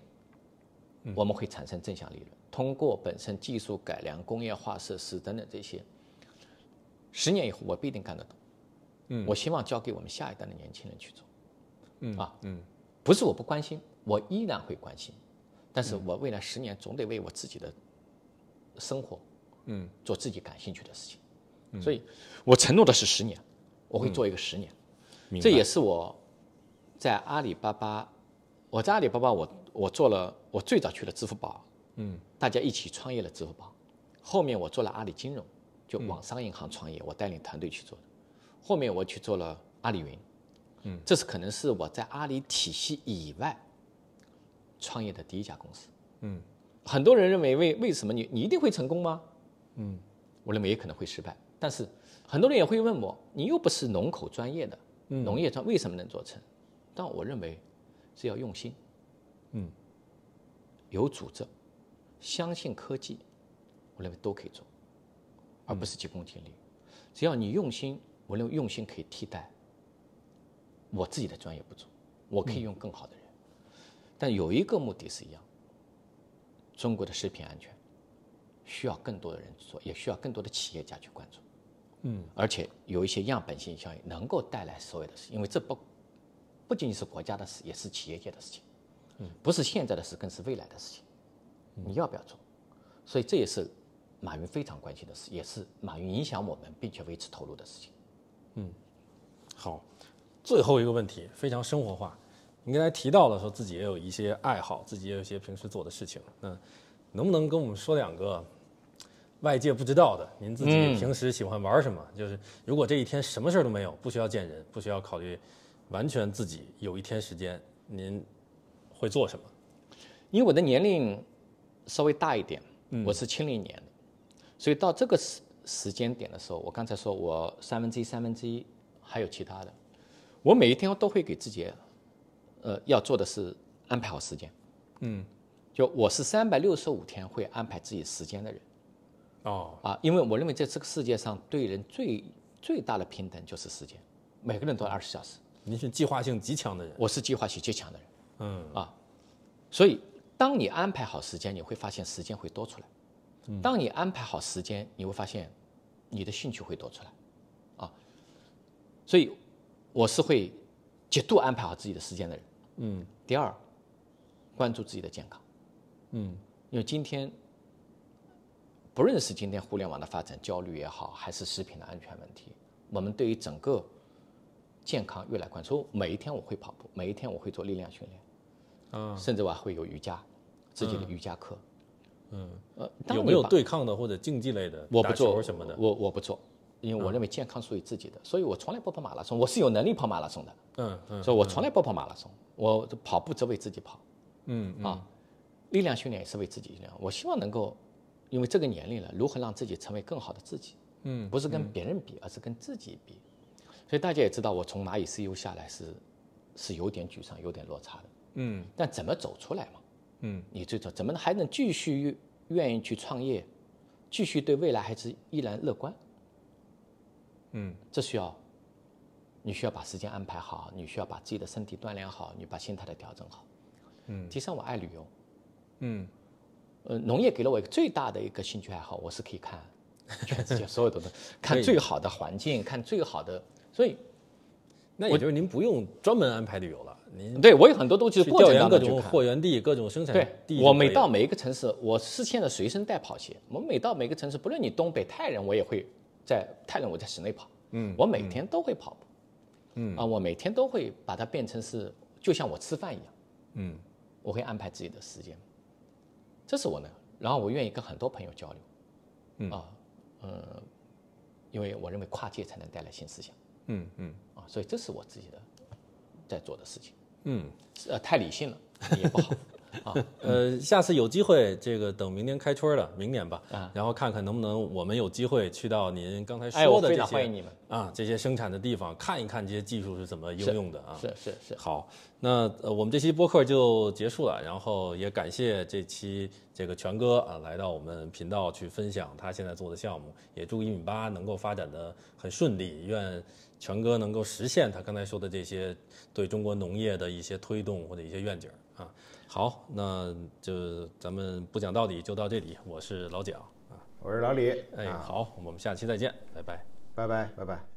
嗯
我们会产生正向利润，通过本身技术改良、工业化设施等等这些，十年以后我必定干得到。
嗯
我希望交给我们下一代的年轻人去做。
嗯
啊
嗯
不是我不关心，我依然会关心，但是
嗯
我未来十年总得为我自己的生活
嗯
做自己感兴趣的事情。所以，我承诺的是十年，我会做一个十年。
明白
这也是我在阿里巴巴，我在阿里巴巴我我做了，我最早去了支付宝，
嗯
大家一起创业了支付宝，后面我做了阿里金融，就网商银行创业，
嗯
我带领团队去做的。后面我去做了阿里云，嗯，这是可能是我在阿里体系以外创业的第一家公司。
嗯
很多人认为为为什么你你一定会成功吗？
嗯，
我认为也可能会失败，但是很多人也会问我，你又不是农口专业的，
嗯
农业专为什么能做成？但我认为是要用心，
嗯，
有组织，相信科技，我认为都可以做，而不是急功近利。只要你用心，我认为用心可以替代我自己的专业不足，我可以用更好的人。但有一个目的是一样，中国的食品安全需要更多的人去做，也需要更多的企业家去关注。
嗯，
而且有一些样本性效应能够带来所有的事，因为这不不仅仅是国家的事，也是企业界的事情，嗯，不是现在的事，更是未来的事情。你要不要做？所以这也是马云非常关心的事，也是马云影响我们并且为此投入的事情。
好，最后一个问题非常生活化。您刚才提到了说自己也有一些爱好，自己也有一些平时做的事情。那能不能跟我们说两个外界不知道的？您自
嗯
己平时喜欢玩什么？就是如果这一天什么事儿都没有，不需要见人，不需要考虑完全自己有一天时间，您会做什么？
因为我的年龄稍微大一点，我是七零年的，所以到这个时时间点的时候，我刚才说我三分之一、三分之一，还有其他的，我每一天都会给自己，呃，要做的是安排好时间。嗯，就我是三百六十五天会安排自己时间的人
哦，
啊，因为我认为在这个世界上对人最最大的平等就是时间，每个人都二十小时。
您是计划性极强的人，
我是计划性极强的人，啊
嗯
所以当你安排好时间，你会发现时间会多出来；
嗯
当你安排好时间，你会发现你的兴趣会多出来，啊，所以我是会极度安排好自己的时间的人。
嗯
第二，关注自己的健康，
嗯
因为今天不论是今天互联网的发展焦虑也好，还是食品的安全问题，我们对于整个健康越来越关注。所以每一天我会跑步，每一天我会做力量训练。
啊
甚至我还会有瑜伽，自己的瑜伽课。
嗯，
呃，当
有
你
没有
把
对抗的或者竞技类的，
我
打
不做
球什么的？嗯
我我不做，因为我认为健康属于自己的，所以我从来不跑马拉松。我是有能力跑马拉松的，
嗯嗯
所以我从来不跑马拉松。我跑步只为自己跑，
嗯嗯
啊，力量训练也是为自己力量。我希望能够，因为这个年龄了，如何让自己成为更好的自己，
嗯，
不是跟别人比，而是跟自己比。所以大家也知道，我从蚂蚁 CEO E 下来是是有点沮丧，有点落差的，
嗯
但怎么走出来嘛？
嗯
你最终怎么还能继续愿意去创业，继续对未来还是依然乐观？
嗯
这需要，你需要把时间安排好，你需要把自己的身体锻炼好，你把心态的调整好。
嗯
第三，我爱旅游，
嗯，
呃，农业给了我一个最大的一个兴趣爱好，我是可以 看全世界所有的东西，看最好的环境，看最好的，所以
那也就是您不用专门安排旅游了，您
对我有很多东西
去
过
调
程
研
当
各
中去
种
看。
货源地、各种生产
对
地就可以，了。
我每到每一个城市，我是现在随身带跑鞋。我每到每个城市，不论你东北泰人，我也会在泰人我在室内跑。嗯，我每天都会跑步。嗯，啊，我每天都会把它变成是，就像我吃饭一样，
嗯
我会安排自己的时间。这是我呢，然后我愿意跟很多朋友交流。嗯啊，呃，因为我认为跨界才能带来新思想
嗯嗯
啊，所以这是我自己的在做的事情。
嗯。
呃，太理性了也不好。嗯
呃，下次有机会，这个等明年开春了，明年吧，
啊
然后看看能不能我们有机会去到您刚才
哎，我
说的
非
这
常欢
些、
迎你们。
啊这些生产的地方，看一看这些技术是怎么应用的啊。
是是是，
好，那呃我们这期播客就结束了，然后也感谢这期这个全哥啊来到我们频道去分享他现在做的项目，也祝一米八能够发展的很顺利，愿全哥能够实现他刚才说的这些对中国农业的一些推动或者一些愿景儿啊。好，那就咱们不讲道理就到这里，我是老蒋，
我是老李，
哎，
啊，
好，我们下期再见，拜拜。
拜拜，拜拜。